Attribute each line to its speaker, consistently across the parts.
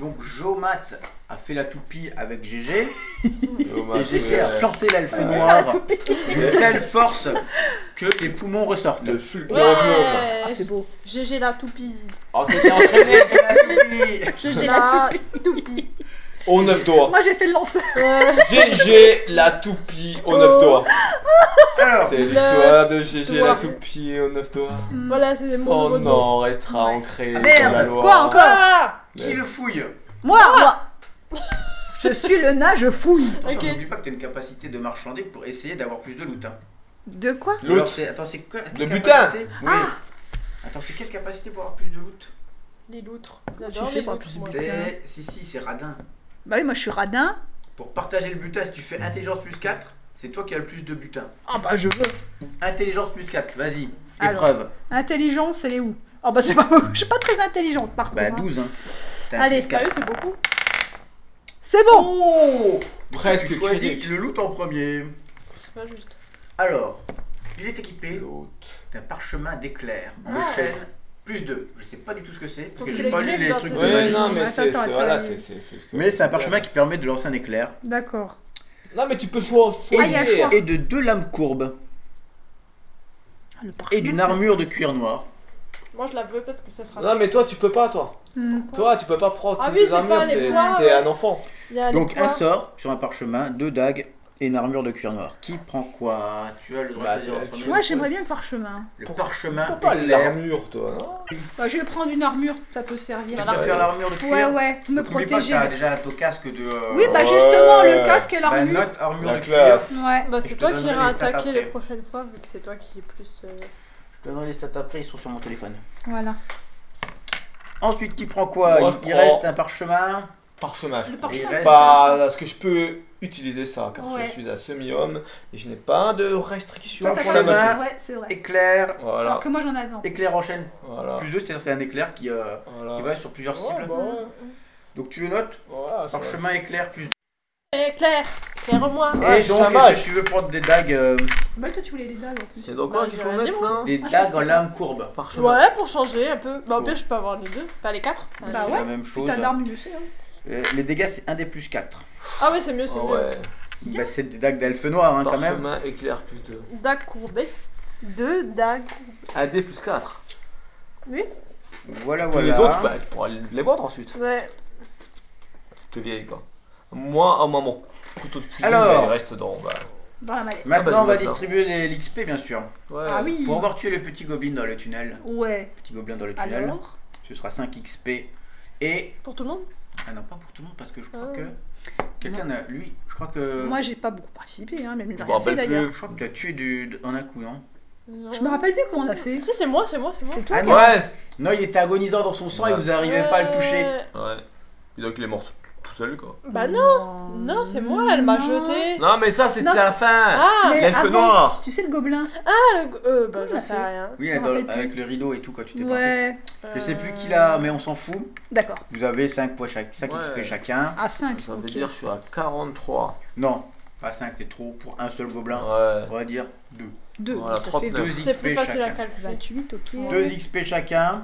Speaker 1: Donc Jomat a fait la toupie avec GG et GG
Speaker 2: euh,
Speaker 1: a planté l'alpha noir d'une telle force que les poumons ressortent.
Speaker 2: Le fulgurant blond.
Speaker 3: Ouais,
Speaker 4: Ah, c'est beau.
Speaker 3: GG la toupie.
Speaker 2: On s'était entraîné.
Speaker 1: La toupie
Speaker 3: GG la toupie.
Speaker 2: Au neuf doigts.
Speaker 4: Oh, Moi, j'ai fait le lanceur.
Speaker 3: Ouais.
Speaker 2: GG la toupie au neuf doigts.
Speaker 1: Alors,
Speaker 2: C'est
Speaker 3: Oh. Neuf
Speaker 2: l'histoire de GG la
Speaker 3: doigts.
Speaker 2: toupie au neuf doigts.
Speaker 3: Voilà, c'est mon
Speaker 2: Son
Speaker 3: numéro de-
Speaker 2: nom restera ancré
Speaker 1: Ah, merde.
Speaker 2: dans la loi.
Speaker 3: Quoi encore
Speaker 1: qui le fouille
Speaker 4: Moi, moi. Ah Je suis le nain, je fouille.
Speaker 1: Attention,
Speaker 3: Ok.
Speaker 1: n'oublie pas que t'as une capacité de marchander pour essayer d'avoir plus de loot. hein.
Speaker 4: De quoi Ah.
Speaker 1: Alors,
Speaker 2: L'autre.
Speaker 1: c'est- Attends, c'est quoi
Speaker 2: Le
Speaker 1: quelle
Speaker 2: butin. Ah.
Speaker 1: capacité
Speaker 2: Oui.
Speaker 1: Attends, c'est quelle capacité pour avoir plus de loot
Speaker 3: Les loutres.
Speaker 4: Tu
Speaker 3: J'adore
Speaker 4: fais
Speaker 3: les
Speaker 4: pas
Speaker 3: loutres.
Speaker 4: plus
Speaker 3: moi.
Speaker 4: de-
Speaker 1: C'est... Si, si, c'est radin.
Speaker 4: Bah oui, moi, je suis radin.
Speaker 1: Pour partager le butin, si tu fais intelligence plus 4, c'est toi qui as le plus de butin.
Speaker 4: Ah bah, je veux.
Speaker 1: Intelligence plus 4, vas-y,
Speaker 4: Alors.
Speaker 1: épreuve.
Speaker 4: Intelligence, elle est où Ah bah, c'est pas beaucoup. Je suis pas très intelligente, par contre.
Speaker 1: Bah
Speaker 4: hein.
Speaker 1: 12, hein. T'as un
Speaker 3: Allez,
Speaker 1: plus 4.
Speaker 3: sérieux, Bah c'est beaucoup.
Speaker 4: C'est bon.
Speaker 1: Oh
Speaker 2: Presque
Speaker 1: Tu choisis
Speaker 2: critique.
Speaker 1: le loot en premier.
Speaker 3: C'est pas juste.
Speaker 1: Alors, il est équipé
Speaker 2: L'autre.
Speaker 1: d'un parchemin d'éclair en
Speaker 3: Ah.
Speaker 1: chaîne plus 2. Je sais pas du tout ce que c'est, parce
Speaker 3: Faut
Speaker 1: que
Speaker 3: que
Speaker 1: j'ai
Speaker 3: tu
Speaker 1: pas lu
Speaker 3: l'écrives
Speaker 1: les
Speaker 3: dans
Speaker 1: trucs
Speaker 3: tes
Speaker 1: de
Speaker 3: Ouais,
Speaker 2: Oui,
Speaker 1: magie.
Speaker 2: non,
Speaker 3: non,
Speaker 2: mais
Speaker 4: attends,
Speaker 2: c'est
Speaker 4: attends,
Speaker 2: c'est- voilà,
Speaker 4: attends.
Speaker 2: c'est c'est- c'est ce que-
Speaker 1: Mais c'est un parchemin qui permet de lancer un éclair.
Speaker 4: D'accord.
Speaker 2: Non, mais tu peux choisir.
Speaker 1: Et,
Speaker 4: Ah, il y a le choix.
Speaker 1: et de deux lames courbes
Speaker 4: Ah, le parchemin,
Speaker 1: et d'une
Speaker 4: c'est-
Speaker 1: armure de cuir noir.
Speaker 3: Moi, je la veux parce que ça sera.
Speaker 2: Non, mais toi, tu peux pas, toi.
Speaker 4: Hmm.
Speaker 2: Toi, tu peux pas prendre
Speaker 3: Ah
Speaker 2: toutes
Speaker 3: oui,
Speaker 2: les
Speaker 3: j'ai pas
Speaker 2: armures.
Speaker 3: les
Speaker 2: T'es
Speaker 3: points,
Speaker 2: t'es
Speaker 3: ouais.
Speaker 2: un enfant.
Speaker 3: Il y a les
Speaker 1: Donc un
Speaker 3: points.
Speaker 1: sort sur un parchemin, deux dagues et une armure de cuir noir. Qui prend quoi Tu as le droit
Speaker 2: Bah,
Speaker 1: de choisir
Speaker 2: c'est-
Speaker 1: entre
Speaker 2: tu
Speaker 1: nous.
Speaker 4: Moi, j'aimerais bien le parchemin.
Speaker 1: Le
Speaker 2: Pour-
Speaker 1: parchemin
Speaker 2: Pourquoi pas
Speaker 1: éclair.
Speaker 2: l'armure, toi non
Speaker 4: Bah, je vais prendre une armure, ça peut servir.
Speaker 1: Tu vas faire l'armure de cuir.
Speaker 4: Ouais, ouais, me
Speaker 1: Donc, n'oublie pas que
Speaker 4: protéger.
Speaker 1: t'as déjà ton casque de. euh,
Speaker 4: Oui, bah
Speaker 2: Ouais.
Speaker 4: justement, le casque et
Speaker 1: bah,
Speaker 4: l'armure.
Speaker 1: note armure
Speaker 2: La
Speaker 1: de
Speaker 2: classe.
Speaker 1: cuir.
Speaker 4: Ouais.
Speaker 3: Bah,
Speaker 1: Je
Speaker 3: c'est
Speaker 1: te
Speaker 3: toi qui
Speaker 1: donnerai
Speaker 3: iras
Speaker 1: les stats
Speaker 3: attaquer
Speaker 1: après.
Speaker 3: les prochaines fois vu que c'est toi qui est plus. euh,
Speaker 1: Je te donne les stats après, ils sont sur mon téléphone.
Speaker 4: Voilà.
Speaker 1: Ensuite, qui prend quoi
Speaker 2: Moi,
Speaker 1: Il-
Speaker 2: je
Speaker 1: Il
Speaker 2: prends-
Speaker 1: reste un parchemin.
Speaker 2: Parchemin. je
Speaker 4: Le
Speaker 2: prends.
Speaker 1: Il
Speaker 4: parchemin.
Speaker 1: reste-
Speaker 2: Bah, parce que je peux utiliser ça, car
Speaker 4: Ouais.
Speaker 2: je suis un semi-homme et je n'ai pas de restrictions
Speaker 4: Toi,
Speaker 1: Toi,
Speaker 4: t'as
Speaker 2: pour
Speaker 4: pas
Speaker 2: la
Speaker 1: parchemin.
Speaker 2: magie.
Speaker 4: le-
Speaker 1: magie.
Speaker 4: Ouais, c'est vrai.
Speaker 1: Éclair.
Speaker 2: Voilà,
Speaker 4: Alors que moi, j'en avais. en plus.
Speaker 1: Éclair en chaîne.
Speaker 2: voilà,
Speaker 1: Plus 2, c'est-à-dire un éclair qui, euh, qui
Speaker 2: voilà.
Speaker 1: va sur plusieurs
Speaker 2: Ouais,
Speaker 1: cibles.
Speaker 2: bah ouais,
Speaker 1: Donc tu le notes
Speaker 2: voilà, c'est vrai.
Speaker 1: Parchemin éclair plus
Speaker 3: Eh, Claire Claire-moi
Speaker 2: Ouais,
Speaker 1: Et
Speaker 2: je
Speaker 1: donc,
Speaker 2: suis un mage.
Speaker 1: est-ce que tu veux prendre des dagues, euh,
Speaker 4: Bah, toi, tu voulais les dagues. en plus.
Speaker 2: C'est donc quoi
Speaker 3: Bah,
Speaker 2: qu'il
Speaker 3: j'ai
Speaker 2: faut
Speaker 3: rien
Speaker 2: mettre
Speaker 3: dit,
Speaker 2: ça
Speaker 1: des
Speaker 4: Ah, je
Speaker 1: dagues
Speaker 4: pense
Speaker 1: en
Speaker 4: que
Speaker 1: lame courbe
Speaker 2: Parchemin.
Speaker 3: Ouais, pour changer un peu. Bah, au
Speaker 1: Bon.
Speaker 3: pire, je peux avoir les deux. Pas les quatre. Ah,
Speaker 4: Bah
Speaker 1: C'est
Speaker 4: ouais.
Speaker 1: la même chose.
Speaker 4: Putain d'armes, je sais. hein.
Speaker 1: Euh, Les dégâts, c'est 1 des plus 4.
Speaker 3: Ah, ouais, c'est mieux, c'est
Speaker 2: Ah
Speaker 3: mieux.
Speaker 2: ouais.
Speaker 1: Bah, c'est des dagues d'elfe noir hein, quand même.
Speaker 2: Parchemin éclair plus 2.
Speaker 3: Dague courbée. Deux dagues.
Speaker 2: AD plus 4.
Speaker 1: Voilà,
Speaker 2: Les autres,
Speaker 1: voilà.
Speaker 2: bah, tu pourras les vendre ensuite.
Speaker 3: Ouais.
Speaker 2: T'es vieille, quoi. Moi, à maman. Couteau de cuisine,
Speaker 1: Alors.
Speaker 2: bah, il reste dans. Bah.
Speaker 4: Dans la mallette.
Speaker 2: Ah, bah, je
Speaker 1: Maintenant, on va
Speaker 2: note ça.
Speaker 1: distribuer l'XP, bien sûr.
Speaker 2: Ouais.
Speaker 4: Ah oui.
Speaker 1: Pour avoir tué le petit gobelin dans le tunnel,
Speaker 4: Ouais.
Speaker 1: petit gobelin dans le tunnel,
Speaker 4: Alors
Speaker 1: ce sera 5 XP. Et.
Speaker 3: Pour tout le monde
Speaker 1: Ah non, pas pour tout le monde, parce que je crois
Speaker 3: Ah.
Speaker 1: que. Quelqu'un a. Lui, je crois que.
Speaker 4: Moi, j'ai pas beaucoup participé, hein, même
Speaker 2: Je
Speaker 4: j'ai
Speaker 2: me
Speaker 4: rien fait
Speaker 2: rappelle
Speaker 4: d'ailleurs.
Speaker 2: plus.
Speaker 1: je crois que tu as tué du... en un coup, non
Speaker 3: Non.
Speaker 4: Je me rappelle plus comment on a fait.
Speaker 3: Si, c'est moi, c'est moi, c'est Eh, moi.
Speaker 4: C'est
Speaker 1: Ah
Speaker 4: toi
Speaker 1: non.
Speaker 2: Ouais.
Speaker 1: Non, il était agonisant dans son sang et
Speaker 2: Ouais.
Speaker 1: vous n'arrivez pas à le toucher.
Speaker 3: Ouais.
Speaker 2: Ouais. Et donc, il est mort tout seul, quoi.
Speaker 3: Bah, non.
Speaker 4: non
Speaker 3: Non, c'est moi, elle m'a jeté.
Speaker 2: Non, mais ça, c'était
Speaker 4: Non,
Speaker 2: à la fin.
Speaker 3: Ah,
Speaker 4: Mais
Speaker 2: L'elfe
Speaker 4: avant-
Speaker 2: noir.
Speaker 4: Tu sais le gobelin
Speaker 3: ah, le. Euh, bah,
Speaker 4: Comment
Speaker 3: j'en
Speaker 4: on a
Speaker 3: sais
Speaker 4: fait
Speaker 3: rien.
Speaker 1: Oui,
Speaker 4: Je me
Speaker 1: dans-
Speaker 4: rappelle
Speaker 1: avec le rideau et tout quand tu t'es parti.
Speaker 4: Ouais.
Speaker 1: Je sais plus qui
Speaker 3: Euh,
Speaker 1: l'a, mais on s'en fout.
Speaker 4: D'accord.
Speaker 1: Vous avez 5 points chaque, 5
Speaker 2: Ouais.
Speaker 1: XP chacun.
Speaker 4: À 5.
Speaker 2: Ça veut dire, je suis à 43.
Speaker 1: Non, pas 5, c'est trop pour un seul gobelin.
Speaker 2: Ouais.
Speaker 1: On va dire 2.
Speaker 4: 2.
Speaker 2: Voilà, 39.
Speaker 1: 2
Speaker 3: C'est
Speaker 1: XP
Speaker 3: plus facile à
Speaker 1: chacun.
Speaker 3: calculer.
Speaker 4: 28, ok.
Speaker 1: 2 XP chacun.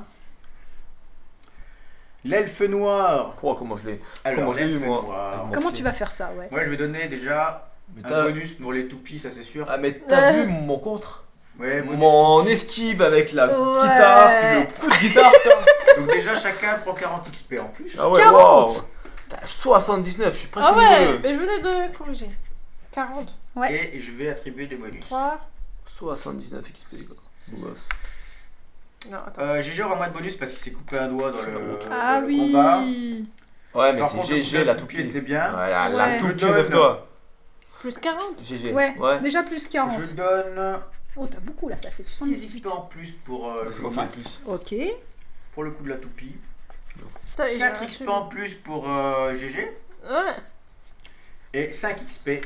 Speaker 1: L'elfe noir.
Speaker 2: Quoi, comment je l'ai
Speaker 1: Alors,
Speaker 2: Comment j'ai eu,
Speaker 1: l'elfe
Speaker 2: moi
Speaker 1: noir.
Speaker 2: Avec
Speaker 4: Comment
Speaker 2: Ok.
Speaker 4: tu vas faire ça, ouais
Speaker 1: Moi, je vais donner déjà
Speaker 2: Mais
Speaker 1: un
Speaker 2: t'as
Speaker 1: bonus pour les toupies, ça c'est sûr.
Speaker 2: Euh, ah, mais t'as
Speaker 3: Ouais.
Speaker 2: vu mon contre Eh,
Speaker 1: Ouais, bonus.
Speaker 2: Mon esquive avec la
Speaker 4: Ouais.
Speaker 2: guitare, le coup de guitare. putain.
Speaker 1: Donc, déjà, chacun prend 40 XP en plus.
Speaker 2: ah ouais,
Speaker 4: 40.
Speaker 2: wow. T'as 79, je suis presque
Speaker 3: Ah ouais,
Speaker 2: milieu.
Speaker 3: mais je venais de corriger. 40,
Speaker 1: Et je vais attribuer des bonus.
Speaker 3: 3.
Speaker 2: 79 XP, quoi. Beau gosse.
Speaker 3: Non, attends.
Speaker 1: Euh, GG aura moins de bonus parce qu'il s'est coupé un doigt dans le,
Speaker 4: Ah
Speaker 1: dans le combat.
Speaker 4: oui
Speaker 2: Ouais, mais
Speaker 1: Par
Speaker 2: c'est
Speaker 1: contre,
Speaker 2: GG,
Speaker 1: le
Speaker 2: la
Speaker 1: toupie
Speaker 2: toupie.
Speaker 1: était
Speaker 2: Ouais,
Speaker 1: bien.
Speaker 2: la, la
Speaker 4: Ouais.
Speaker 2: toupie,
Speaker 1: Je donne.
Speaker 2: neuf doigts.
Speaker 3: Plus 40
Speaker 2: GG.
Speaker 4: ouais.
Speaker 2: ouais.
Speaker 4: déjà plus 40.
Speaker 1: Je donne
Speaker 4: Oh, t'as beaucoup là, ça fait
Speaker 1: 6
Speaker 4: 78.
Speaker 1: XP en plus pour, euh, le
Speaker 2: C'est moi
Speaker 1: combat,
Speaker 2: qui ai le plus.
Speaker 4: Ok.
Speaker 1: pour le coup de la toupie.
Speaker 3: Putain, il y a
Speaker 1: 4
Speaker 3: un
Speaker 1: XP
Speaker 3: truc.
Speaker 1: en plus pour euh, GG.
Speaker 3: Ouais.
Speaker 1: Et 5 XP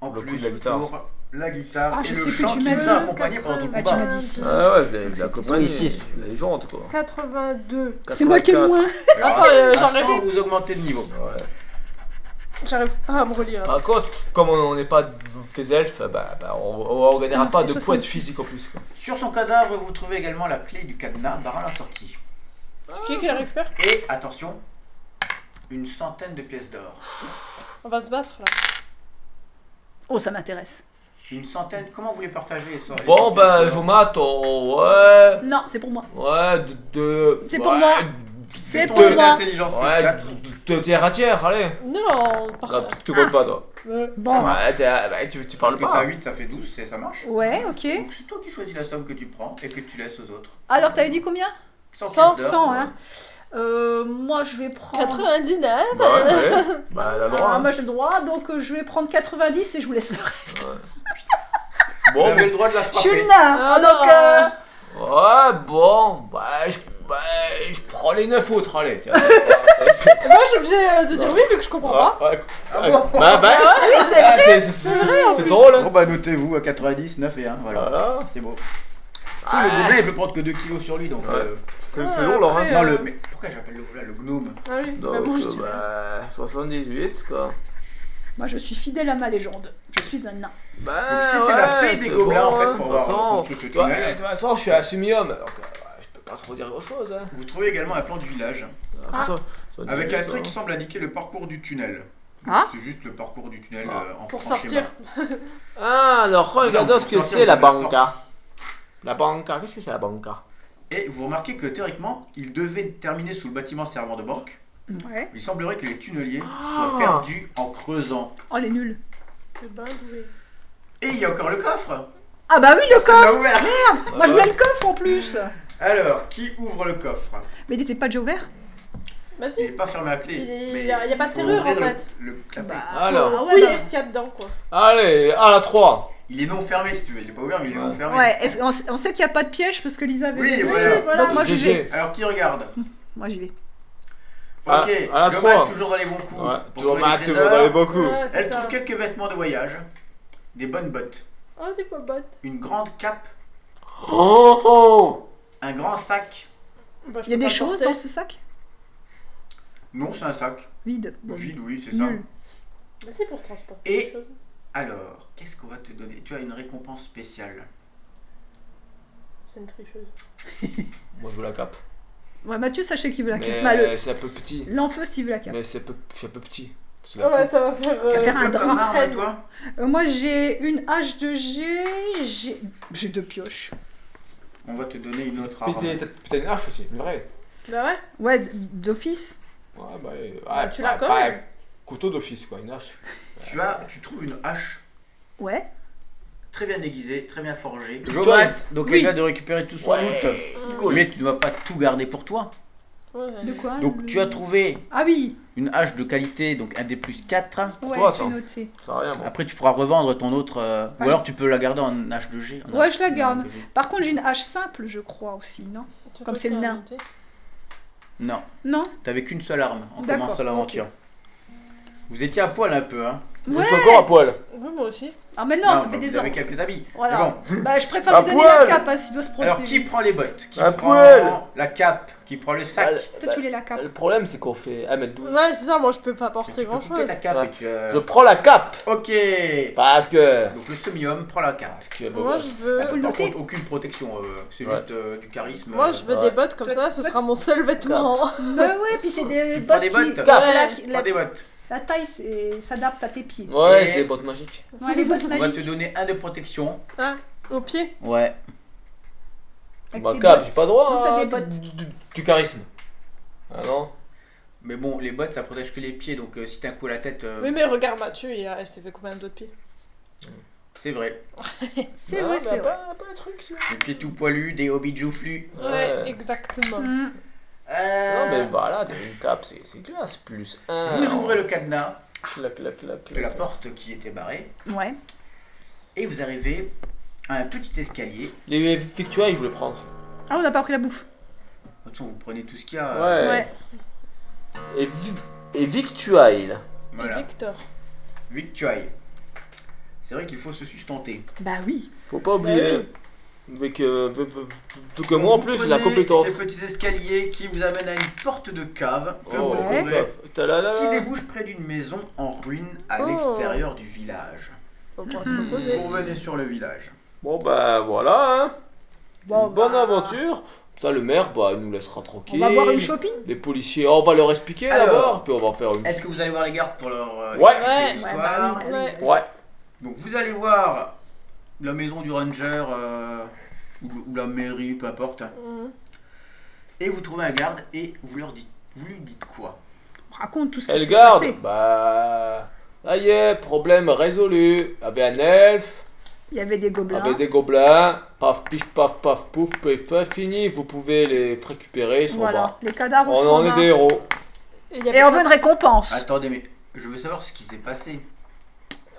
Speaker 1: en
Speaker 2: Le coup
Speaker 1: plus
Speaker 2: de la guitare.
Speaker 1: pour la guitare
Speaker 4: Ah,
Speaker 1: et
Speaker 4: je
Speaker 1: le
Speaker 4: sais plus,
Speaker 1: chant
Speaker 4: tu
Speaker 1: qui
Speaker 4: m'as
Speaker 1: nous
Speaker 4: dit.
Speaker 1: a accompagnés pendant tout le
Speaker 4: Ah, tu
Speaker 1: combat.
Speaker 4: m'as dit 6.
Speaker 2: Ah ouais, je l'ai- je l'ai accompagné.
Speaker 1: C'était six.
Speaker 2: euh, La légende, quoi.
Speaker 3: 82.
Speaker 4: C'est moi qui ai le
Speaker 2: 84.
Speaker 4: moins.
Speaker 1: Alors,
Speaker 3: Attends, euh,
Speaker 1: à
Speaker 3: j'en ai-
Speaker 1: 100, vous augmentez de niveau.
Speaker 2: Ouais.
Speaker 3: J'arrive pas à me hein. relire.
Speaker 2: Par contre, comme on n'est pas des elfes, bah, bah, on, on gagnera
Speaker 4: Non,
Speaker 2: pas de
Speaker 4: c'était
Speaker 2: poids de
Speaker 4: 66.
Speaker 2: physique en plus. quoi.
Speaker 1: Sur son cadavre, vous trouvez également la clé du cadenas barrant la sortie.
Speaker 3: Qui est qui la récupère
Speaker 1: Et attention, une centaine de pièces d'or.
Speaker 3: On va se battre là.
Speaker 4: Oh, ça m'intéresse.
Speaker 1: Une centaine. Comment vous voulez partager les soirées
Speaker 2: Bon, ben, je mate, oh, ouais.
Speaker 4: Non, c'est pour moi.
Speaker 2: Ouais, de. de-
Speaker 4: C'est pour
Speaker 2: ouais,
Speaker 4: moi.
Speaker 2: de-
Speaker 4: C'est
Speaker 2: de-
Speaker 4: pour moi.
Speaker 1: intelligence plus
Speaker 2: Ouais,
Speaker 1: quatre.
Speaker 2: de, de- de tiers à tiers, allez.
Speaker 3: Non, euh, on
Speaker 2: Ah,
Speaker 3: part.
Speaker 2: tu- tu comptes pas, toi.
Speaker 3: Ouais.
Speaker 4: Bon.
Speaker 1: marche.
Speaker 2: Ouais, t'es- bah, tu, tu parles
Speaker 1: Parce que t'as
Speaker 2: pas.
Speaker 1: 8, ça fait 12, c'est- ça marche.
Speaker 4: Ouais, ok.
Speaker 1: Donc c'est toi qui choisis la somme que tu prends et que tu laisses aux autres.
Speaker 4: Alors, t'avais dit combien
Speaker 1: 100
Speaker 4: 100,
Speaker 1: pièces d'or.
Speaker 4: 100, hein. Euh, moi, je vais prendre.
Speaker 3: 99
Speaker 2: Bah ouais, ouais. Bah, elle a le droit.
Speaker 4: Ah,
Speaker 2: hein.
Speaker 4: moi, j'ai le droit, donc euh, je vais prendre 90 et je vous laisse le reste.
Speaker 1: Vous
Speaker 2: hein. Bon,
Speaker 1: avez le droit de la
Speaker 4: Je suis
Speaker 1: frapper.
Speaker 4: une nain,
Speaker 3: Ah,
Speaker 4: hein, donc.
Speaker 3: non.
Speaker 4: euh,
Speaker 2: ouais, bon, bah, je, bah, je prends les 9 autres, allez. tiens.
Speaker 3: Moi, je suis obligée euh, de dire oui, vu que je comprends pas.
Speaker 2: Ouais, ouais.
Speaker 1: Ah bon
Speaker 2: Bah, bah, ah, c'est c'est- c'est drôle. hein.
Speaker 1: bah notez-vous à 90, 9 et 1,
Speaker 2: Voilà.
Speaker 1: C'est beau.
Speaker 4: Ah.
Speaker 1: Tu sais, le gobelin il peut prendre que 2 kilos sur lui donc.
Speaker 2: Ouais.
Speaker 1: euh,
Speaker 2: C'est
Speaker 3: Ouais,
Speaker 2: c'est drôle, hein.
Speaker 3: après,
Speaker 1: Non,
Speaker 3: euh,
Speaker 1: le. Mais pourquoi j'appelle le gobelin le gnome
Speaker 3: Ah oui, bah,
Speaker 2: Donc,
Speaker 3: moi, je dis-
Speaker 2: euh, bah, 78, quoi.
Speaker 4: Moi, je suis fidèle à ma légende. Je suis un nain.
Speaker 2: Bah,
Speaker 4: Ah,
Speaker 1: Donc c'était la
Speaker 2: ouais,
Speaker 1: paix des
Speaker 2: c'est
Speaker 1: gobelins
Speaker 2: bon,
Speaker 1: en fait
Speaker 2: hein,
Speaker 1: pour
Speaker 2: de toute
Speaker 1: avoir
Speaker 2: façon.
Speaker 1: construit ce
Speaker 2: Ouais,
Speaker 1: tunnel.
Speaker 2: De toute façon, je suis un semi-homme, alors que bah, je peux pas trop dire grand-chose, hein.
Speaker 1: Vous trouvez également un plan du village
Speaker 4: Ah.
Speaker 2: Ça- ça
Speaker 1: avec
Speaker 2: dit,
Speaker 1: un
Speaker 2: ça.
Speaker 1: trait qui semble indiquer le parcours du tunnel.
Speaker 4: Ah.
Speaker 1: C'est juste le parcours du tunnel
Speaker 2: Ah.
Speaker 1: euh, en
Speaker 3: Pour
Speaker 1: en
Speaker 3: sortir.
Speaker 1: schéma.
Speaker 2: Ah, alors regardons
Speaker 1: Non,
Speaker 2: ce
Speaker 1: pour
Speaker 2: que
Speaker 1: sortir,
Speaker 2: c'est
Speaker 1: vous
Speaker 2: la
Speaker 1: avez la porte.
Speaker 2: banca. La banca, qu'est-ce que c'est la banca
Speaker 1: Et vous remarquez que théoriquement, il devait terminer sous le bâtiment servant de banque.
Speaker 4: Ouais.
Speaker 1: Il semblerait que les tunneliers
Speaker 2: Ah.
Speaker 1: soient perdus en creusant.
Speaker 4: Oh, les nuls.
Speaker 3: Le bain doué.
Speaker 1: Et il y a encore le coffre
Speaker 4: Ah, bah oui, le
Speaker 1: Personne l'a
Speaker 4: coffre
Speaker 1: ouvert.
Speaker 4: Moi, je
Speaker 2: Ah bah,
Speaker 4: mets le coffre en plus
Speaker 1: Alors, qui ouvre le coffre
Speaker 4: Ah, Mais il n'était pas déjà ouvert
Speaker 3: Bah
Speaker 1: Il
Speaker 3: si.
Speaker 1: n'est pas fermé à clé.
Speaker 3: Il est-
Speaker 1: mais
Speaker 3: il y a- il y a pas de
Speaker 1: faut
Speaker 3: serrure,
Speaker 1: ouvrir
Speaker 3: en
Speaker 1: le-
Speaker 3: fait.
Speaker 1: le clapet.
Speaker 2: Alors.
Speaker 4: ah
Speaker 3: Oui,
Speaker 4: ouais, bah.
Speaker 3: ce qu'il y a dedans, quoi.
Speaker 2: Allez, à la 3
Speaker 1: Il est non fermé si tu veux. Il n'est pas ouvert, mais il est
Speaker 2: Ouais.
Speaker 1: non fermé.
Speaker 4: Ouais, est-ce- on, sait- on sait qu'il n'y a pas de piège parce que Lisa avait.
Speaker 1: Oui,
Speaker 4: dit-
Speaker 1: voilà.
Speaker 3: Oui, voilà.
Speaker 4: Donc moi j'y vais.
Speaker 2: GG.
Speaker 1: Alors, qui regarde
Speaker 4: Moi j'y vais.
Speaker 2: À-
Speaker 1: Ok,
Speaker 2: Ah, à la
Speaker 1: je
Speaker 2: trois.
Speaker 1: mate toujours dans les bons coups.
Speaker 2: Ouais,
Speaker 1: pour
Speaker 2: toujours
Speaker 1: trouver des
Speaker 2: mal, toujours
Speaker 1: trésors.
Speaker 2: dans les beaucoup.
Speaker 4: euh,
Speaker 3: Ouais, Ah, c'est
Speaker 1: Elle
Speaker 3: ça.
Speaker 1: trouve quelques vêtements de voyage, des bonnes bottes,
Speaker 3: Oh, t'es pas botte.
Speaker 1: une grande cape,
Speaker 2: Oh oh
Speaker 1: un grand sac.
Speaker 3: Bah, je
Speaker 4: Il y a
Speaker 3: peux
Speaker 4: des
Speaker 3: pas
Speaker 4: choses
Speaker 3: porter.
Speaker 4: dans ce sac
Speaker 1: Non, c'est un sac.
Speaker 4: Vide. Bon.
Speaker 1: Vide, oui, c'est ça.
Speaker 4: Nul.
Speaker 3: Bah, c'est pour transporter.
Speaker 1: Et-
Speaker 3: des choses.
Speaker 1: Alors, qu'est-ce qu'on va te donner Tu as une récompense spéciale.
Speaker 3: C'est une tricheuse.
Speaker 2: Moi je veux la cape.
Speaker 4: Ouais, Mathieu, sachez qu'il veut la
Speaker 2: Mais
Speaker 4: cape. Bah, le-
Speaker 2: euh, c'est un peu petit.
Speaker 4: L'enfeu, s'il veut la cape.
Speaker 2: Mais c'est un peu, c'est un peu petit. C'est la
Speaker 3: Oh, ouais,
Speaker 2: coupe.
Speaker 3: ça va faire.
Speaker 1: Qu'est-ce que tu
Speaker 3: euh,
Speaker 1: as
Speaker 4: un
Speaker 1: comme arme,
Speaker 3: crâne.
Speaker 1: toi
Speaker 4: Euh, moi j'ai une H2G. J'ai... j'ai deux pioches.
Speaker 1: On va te donner une autre arme.
Speaker 2: Putain, t'as- putain, une hache aussi, une vraie.
Speaker 3: Bah ouais.
Speaker 4: Ouais, d- d'office.
Speaker 2: Ouais, bah, euh,
Speaker 3: Bah,
Speaker 4: Ah,
Speaker 2: ouais,
Speaker 3: tu l'as
Speaker 2: bah,
Speaker 3: quand
Speaker 2: bah,
Speaker 3: même.
Speaker 2: Couteau d'office, quoi, une hache.
Speaker 1: Tu as, tu trouves une hache
Speaker 4: Ouais.
Speaker 1: très bien aiguisée, très bien forgée.
Speaker 2: Je mate,
Speaker 1: donc
Speaker 4: Oui. elle
Speaker 1: va de récupérer tout
Speaker 2: Ouais. Cool.
Speaker 1: Mais tu ne vas pas tout garder pour toi.
Speaker 3: Ouais.
Speaker 4: De quoi le-
Speaker 1: Donc tu as trouvé
Speaker 4: Ah oui.
Speaker 1: une hache de qualité, donc un des plus 4.
Speaker 4: Ouais,
Speaker 2: toi, ça
Speaker 4: j'ai noté.
Speaker 2: Ça a rien, moi.
Speaker 1: Après tu pourras revendre ton autre, euh,
Speaker 4: Ouais.
Speaker 1: ou alors tu peux la garder en hache de G. en
Speaker 4: Ouais,
Speaker 1: hache-
Speaker 4: je la
Speaker 1: en
Speaker 4: garde.
Speaker 1: hache de G.
Speaker 4: Par contre j'ai une H simple, je crois aussi, non
Speaker 3: Tu
Speaker 4: Comme
Speaker 3: peux
Speaker 4: c'est
Speaker 3: te
Speaker 4: le nain.
Speaker 3: inviter.
Speaker 1: Non,
Speaker 4: Non.
Speaker 1: t'avais qu'une seule arme en
Speaker 4: D'accord,
Speaker 1: commençant l'aventure. Vous étiez à poil un peu, hein
Speaker 2: Je suis encore à poil.
Speaker 3: Oui, moi aussi.
Speaker 4: Ah mais non, ça
Speaker 1: mais
Speaker 4: fait des
Speaker 1: Vous avez
Speaker 4: ordres.
Speaker 1: quelques habits. Mais
Speaker 4: Voilà.
Speaker 1: bon,
Speaker 4: Bah je préfère
Speaker 2: À
Speaker 4: lui donner la
Speaker 2: poil
Speaker 4: cape hein, s'il doit se protéger.
Speaker 1: alors qui prend les bottes Qui
Speaker 2: À
Speaker 1: prend
Speaker 2: poil
Speaker 1: la cape Qui prend le sac
Speaker 2: Allez,
Speaker 4: Toi
Speaker 2: bah,
Speaker 4: tu voulais la cape.
Speaker 2: Le problème, c'est qu'on fait 1m12.
Speaker 3: Ouais, c'est ça, moi je peux pas
Speaker 1: Tu
Speaker 3: porter
Speaker 1: peux
Speaker 3: grand
Speaker 1: couper
Speaker 3: chose.
Speaker 1: ta cape
Speaker 2: Ouais.
Speaker 1: et tu, euh,
Speaker 2: Je prends la cape
Speaker 1: Ok
Speaker 2: parce que.
Speaker 1: Donc le semi-homme prend la cape.
Speaker 2: Parce que. bah,
Speaker 3: Moi
Speaker 2: ouais.
Speaker 3: je
Speaker 1: Par
Speaker 4: faut
Speaker 3: veux.
Speaker 4: le noter.
Speaker 1: contre, aucune protection, euh, c'est
Speaker 2: Ouais.
Speaker 1: juste euh, du charisme.
Speaker 3: Moi
Speaker 1: euh.
Speaker 3: je veux
Speaker 2: Ouais.
Speaker 3: des bottes comme ça, ce sera mon seul vêtement.
Speaker 4: Bah ouais, puis c'est des
Speaker 1: Tu prends
Speaker 4: bottes,
Speaker 1: des
Speaker 4: qui-
Speaker 1: bottes
Speaker 4: voilà,
Speaker 3: Ouais.
Speaker 4: qui-
Speaker 1: Prends
Speaker 4: la,
Speaker 1: des bottes.
Speaker 4: la taille c'est- s'adapte à tes pieds.
Speaker 2: Ouais,
Speaker 1: Et-
Speaker 2: j'ai des bottes magiques.
Speaker 4: Ouais, les bottes
Speaker 1: On va te
Speaker 4: magiques.
Speaker 1: donner un de protection.
Speaker 3: Ah, au pied.
Speaker 1: Ouais.
Speaker 4: avec
Speaker 1: bah,
Speaker 2: Ma
Speaker 4: tes
Speaker 2: cape,
Speaker 4: bottes.
Speaker 2: j'ai pas droit.
Speaker 4: Non, t'as
Speaker 2: hein,
Speaker 4: des bottes.
Speaker 2: Du, du- du charisme. Ah non
Speaker 1: Mais bon, les bottes, ça protège que les pieds, donc euh, si t'as un coup à la tête, euh,
Speaker 3: Oui, mais regarde Mathieu, il, a... il s'est fait combien d'autres pieds
Speaker 1: c'est vrai.
Speaker 4: C'est
Speaker 2: Ah,
Speaker 4: vrai,
Speaker 2: bah,
Speaker 4: c'est vrai.
Speaker 2: Pas, pas un truc, ça.
Speaker 1: Les pieds tout poilus, des hobbies de joufflus.
Speaker 3: Ouais,
Speaker 2: Ouais.
Speaker 3: exactement.
Speaker 4: Mm.
Speaker 1: Euh,
Speaker 2: Non, mais voilà, t'as une cape, c'est c'est classe. Plus un.
Speaker 1: Vous ouvrez le cadenas
Speaker 2: Clac, clac, clac,
Speaker 1: de la
Speaker 2: clac.
Speaker 1: porte qui était barrée
Speaker 4: Ouais.
Speaker 1: et vous arrivez à un petit escalier.
Speaker 2: Les victuailles, je voulais prendre.
Speaker 4: Ah, on n'a pas pris la bouffe.
Speaker 1: De toute façon, vous prenez tout ce qu'il y a. euh,
Speaker 2: Ouais.
Speaker 4: Ouais.
Speaker 2: Et, vi- et victuailles.
Speaker 1: Voilà.
Speaker 3: Victor.
Speaker 1: Victuailles. C'est vrai qu'il faut se sustenter.
Speaker 4: Bah oui.
Speaker 2: Faut pas oublier. Avec, euh, v- v- v- que moi en
Speaker 1: Vous
Speaker 2: plus j'ai
Speaker 1: prenez
Speaker 2: la compétence.
Speaker 1: Ces petits escaliers qui vous amènent à une porte de cave que
Speaker 2: Oh,
Speaker 1: vous
Speaker 4: Ouais.
Speaker 1: découvrez,
Speaker 2: t'as la- la-
Speaker 1: qui
Speaker 2: la-
Speaker 1: débouche près d'une maison en ruine à
Speaker 3: Oh. Mmh.
Speaker 1: l'extérieur du village.
Speaker 3: On pourra se
Speaker 4: Mm.
Speaker 3: reposer.
Speaker 1: Vous revenez sur le village.
Speaker 2: Bon bah voilà. hein.
Speaker 4: Bon,
Speaker 2: Bonne
Speaker 4: bah.
Speaker 2: aventure. Ça, le maire, bah, il nous laissera tranquille.
Speaker 4: On va boire une shopping
Speaker 2: Les policiers, on va leur expliquer
Speaker 1: Alors.
Speaker 2: d'abord, puis on va faire une.
Speaker 1: Est-ce que vous allez voir les gardes pour leur euh,
Speaker 2: Ouais.
Speaker 1: expliquer
Speaker 3: Ouais.
Speaker 1: l'histoire
Speaker 4: Ouais, bah oui,
Speaker 3: Ouais.
Speaker 4: allez.
Speaker 2: Ouais.
Speaker 1: Donc vous allez voir la maison du ranger euh, ou, ou la mairie, peu importe.
Speaker 3: Mhm.
Speaker 1: Et vous trouvez un garde et vous leur dites, vous lui dites quoi
Speaker 4: Raconte tout ce qui
Speaker 2: Elle
Speaker 4: s'est
Speaker 2: garde
Speaker 4: passé.
Speaker 2: Bah. Ça y est, problème résolu. Il y avait un elfe,
Speaker 4: Il y avait des
Speaker 2: il y
Speaker 4: gobelins.
Speaker 1: Ah,
Speaker 2: avait des gobelins. Paf, pif, paf, paf, pouf, pif, paf, fini. Vous pouvez les récupérer, ils sont
Speaker 4: Voilà,
Speaker 2: bas.
Speaker 4: les cadavres
Speaker 2: On
Speaker 4: sont
Speaker 2: en
Speaker 4: là.
Speaker 2: est des héros.
Speaker 3: Il y avait
Speaker 4: Et on veut une récompense.
Speaker 1: Attendez, mais je veux savoir ce qui s'est passé.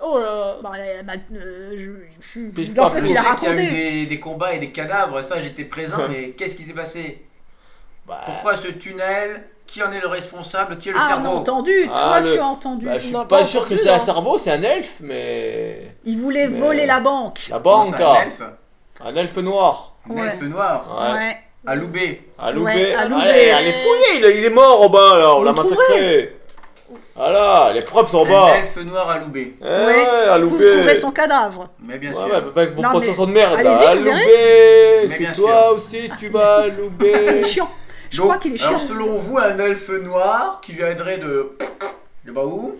Speaker 3: Oh là
Speaker 4: Bah, euh, bah, euh, je- je-
Speaker 2: Puis
Speaker 4: en
Speaker 2: pas
Speaker 4: fait,
Speaker 1: Je
Speaker 2: plus.
Speaker 1: sais qu'il y
Speaker 4: il a
Speaker 1: a eu
Speaker 4: raconté.
Speaker 1: des, des combats et des cadavres, ça j'étais présent,
Speaker 2: Ouais.
Speaker 1: mais qu'est-ce qui s'est passé
Speaker 2: Bah,
Speaker 1: Pourquoi ce tunnel Qui en est le responsable Qui est le
Speaker 4: Ah, on a
Speaker 1: cerveau
Speaker 4: entendu.
Speaker 2: Ah,
Speaker 4: Toi,
Speaker 2: le-
Speaker 4: tu as entendu. hein.
Speaker 2: bah, je suis
Speaker 3: On
Speaker 2: pas,
Speaker 3: a pas
Speaker 2: sûr que
Speaker 3: entendu,
Speaker 2: c'est
Speaker 1: hein.
Speaker 2: un
Speaker 3: non.
Speaker 2: cerveau, c'est un elfe, mais.
Speaker 4: Il voulait
Speaker 2: Mais-
Speaker 4: voler la banque.
Speaker 2: La
Speaker 1: Non,
Speaker 2: banque,
Speaker 1: c'est un
Speaker 2: hein.
Speaker 1: elfe,
Speaker 2: un elfe noir.
Speaker 1: un
Speaker 4: Ouais.
Speaker 1: elfe noir,
Speaker 2: Ouais.
Speaker 1: à Loubet.
Speaker 2: À Loubet.
Speaker 4: Ouais, à Loubet.
Speaker 2: Allez, allez, fouillez, il, il est mort en bas là, on
Speaker 4: Vous
Speaker 2: l'a
Speaker 4: le trouverez.
Speaker 2: massacré. Voilà, les preuves sont en
Speaker 1: Un
Speaker 2: bas.
Speaker 1: elfe noir à Loubet.
Speaker 2: Eh
Speaker 4: Ouais.
Speaker 2: ouais, à
Speaker 4: Vous
Speaker 2: Loubet.
Speaker 4: trouverez son cadavre.
Speaker 1: Mais bien
Speaker 2: Ouais,
Speaker 1: sûr.
Speaker 2: ouais, bah, avec vos
Speaker 4: Non,
Speaker 2: potes
Speaker 4: mais-
Speaker 2: chansons de merde là.
Speaker 4: allez-y,
Speaker 2: À
Speaker 4: vous verrez.
Speaker 2: Loubet,
Speaker 1: Mais
Speaker 2: c'est
Speaker 1: bien
Speaker 2: toi aussi, tu vas à Loubet.
Speaker 4: C'est chiant. Je
Speaker 1: Donc,
Speaker 4: crois qu'il est chiant.
Speaker 1: Alors, selon vous, un elfe noir qui viendrait de. Je sais pas où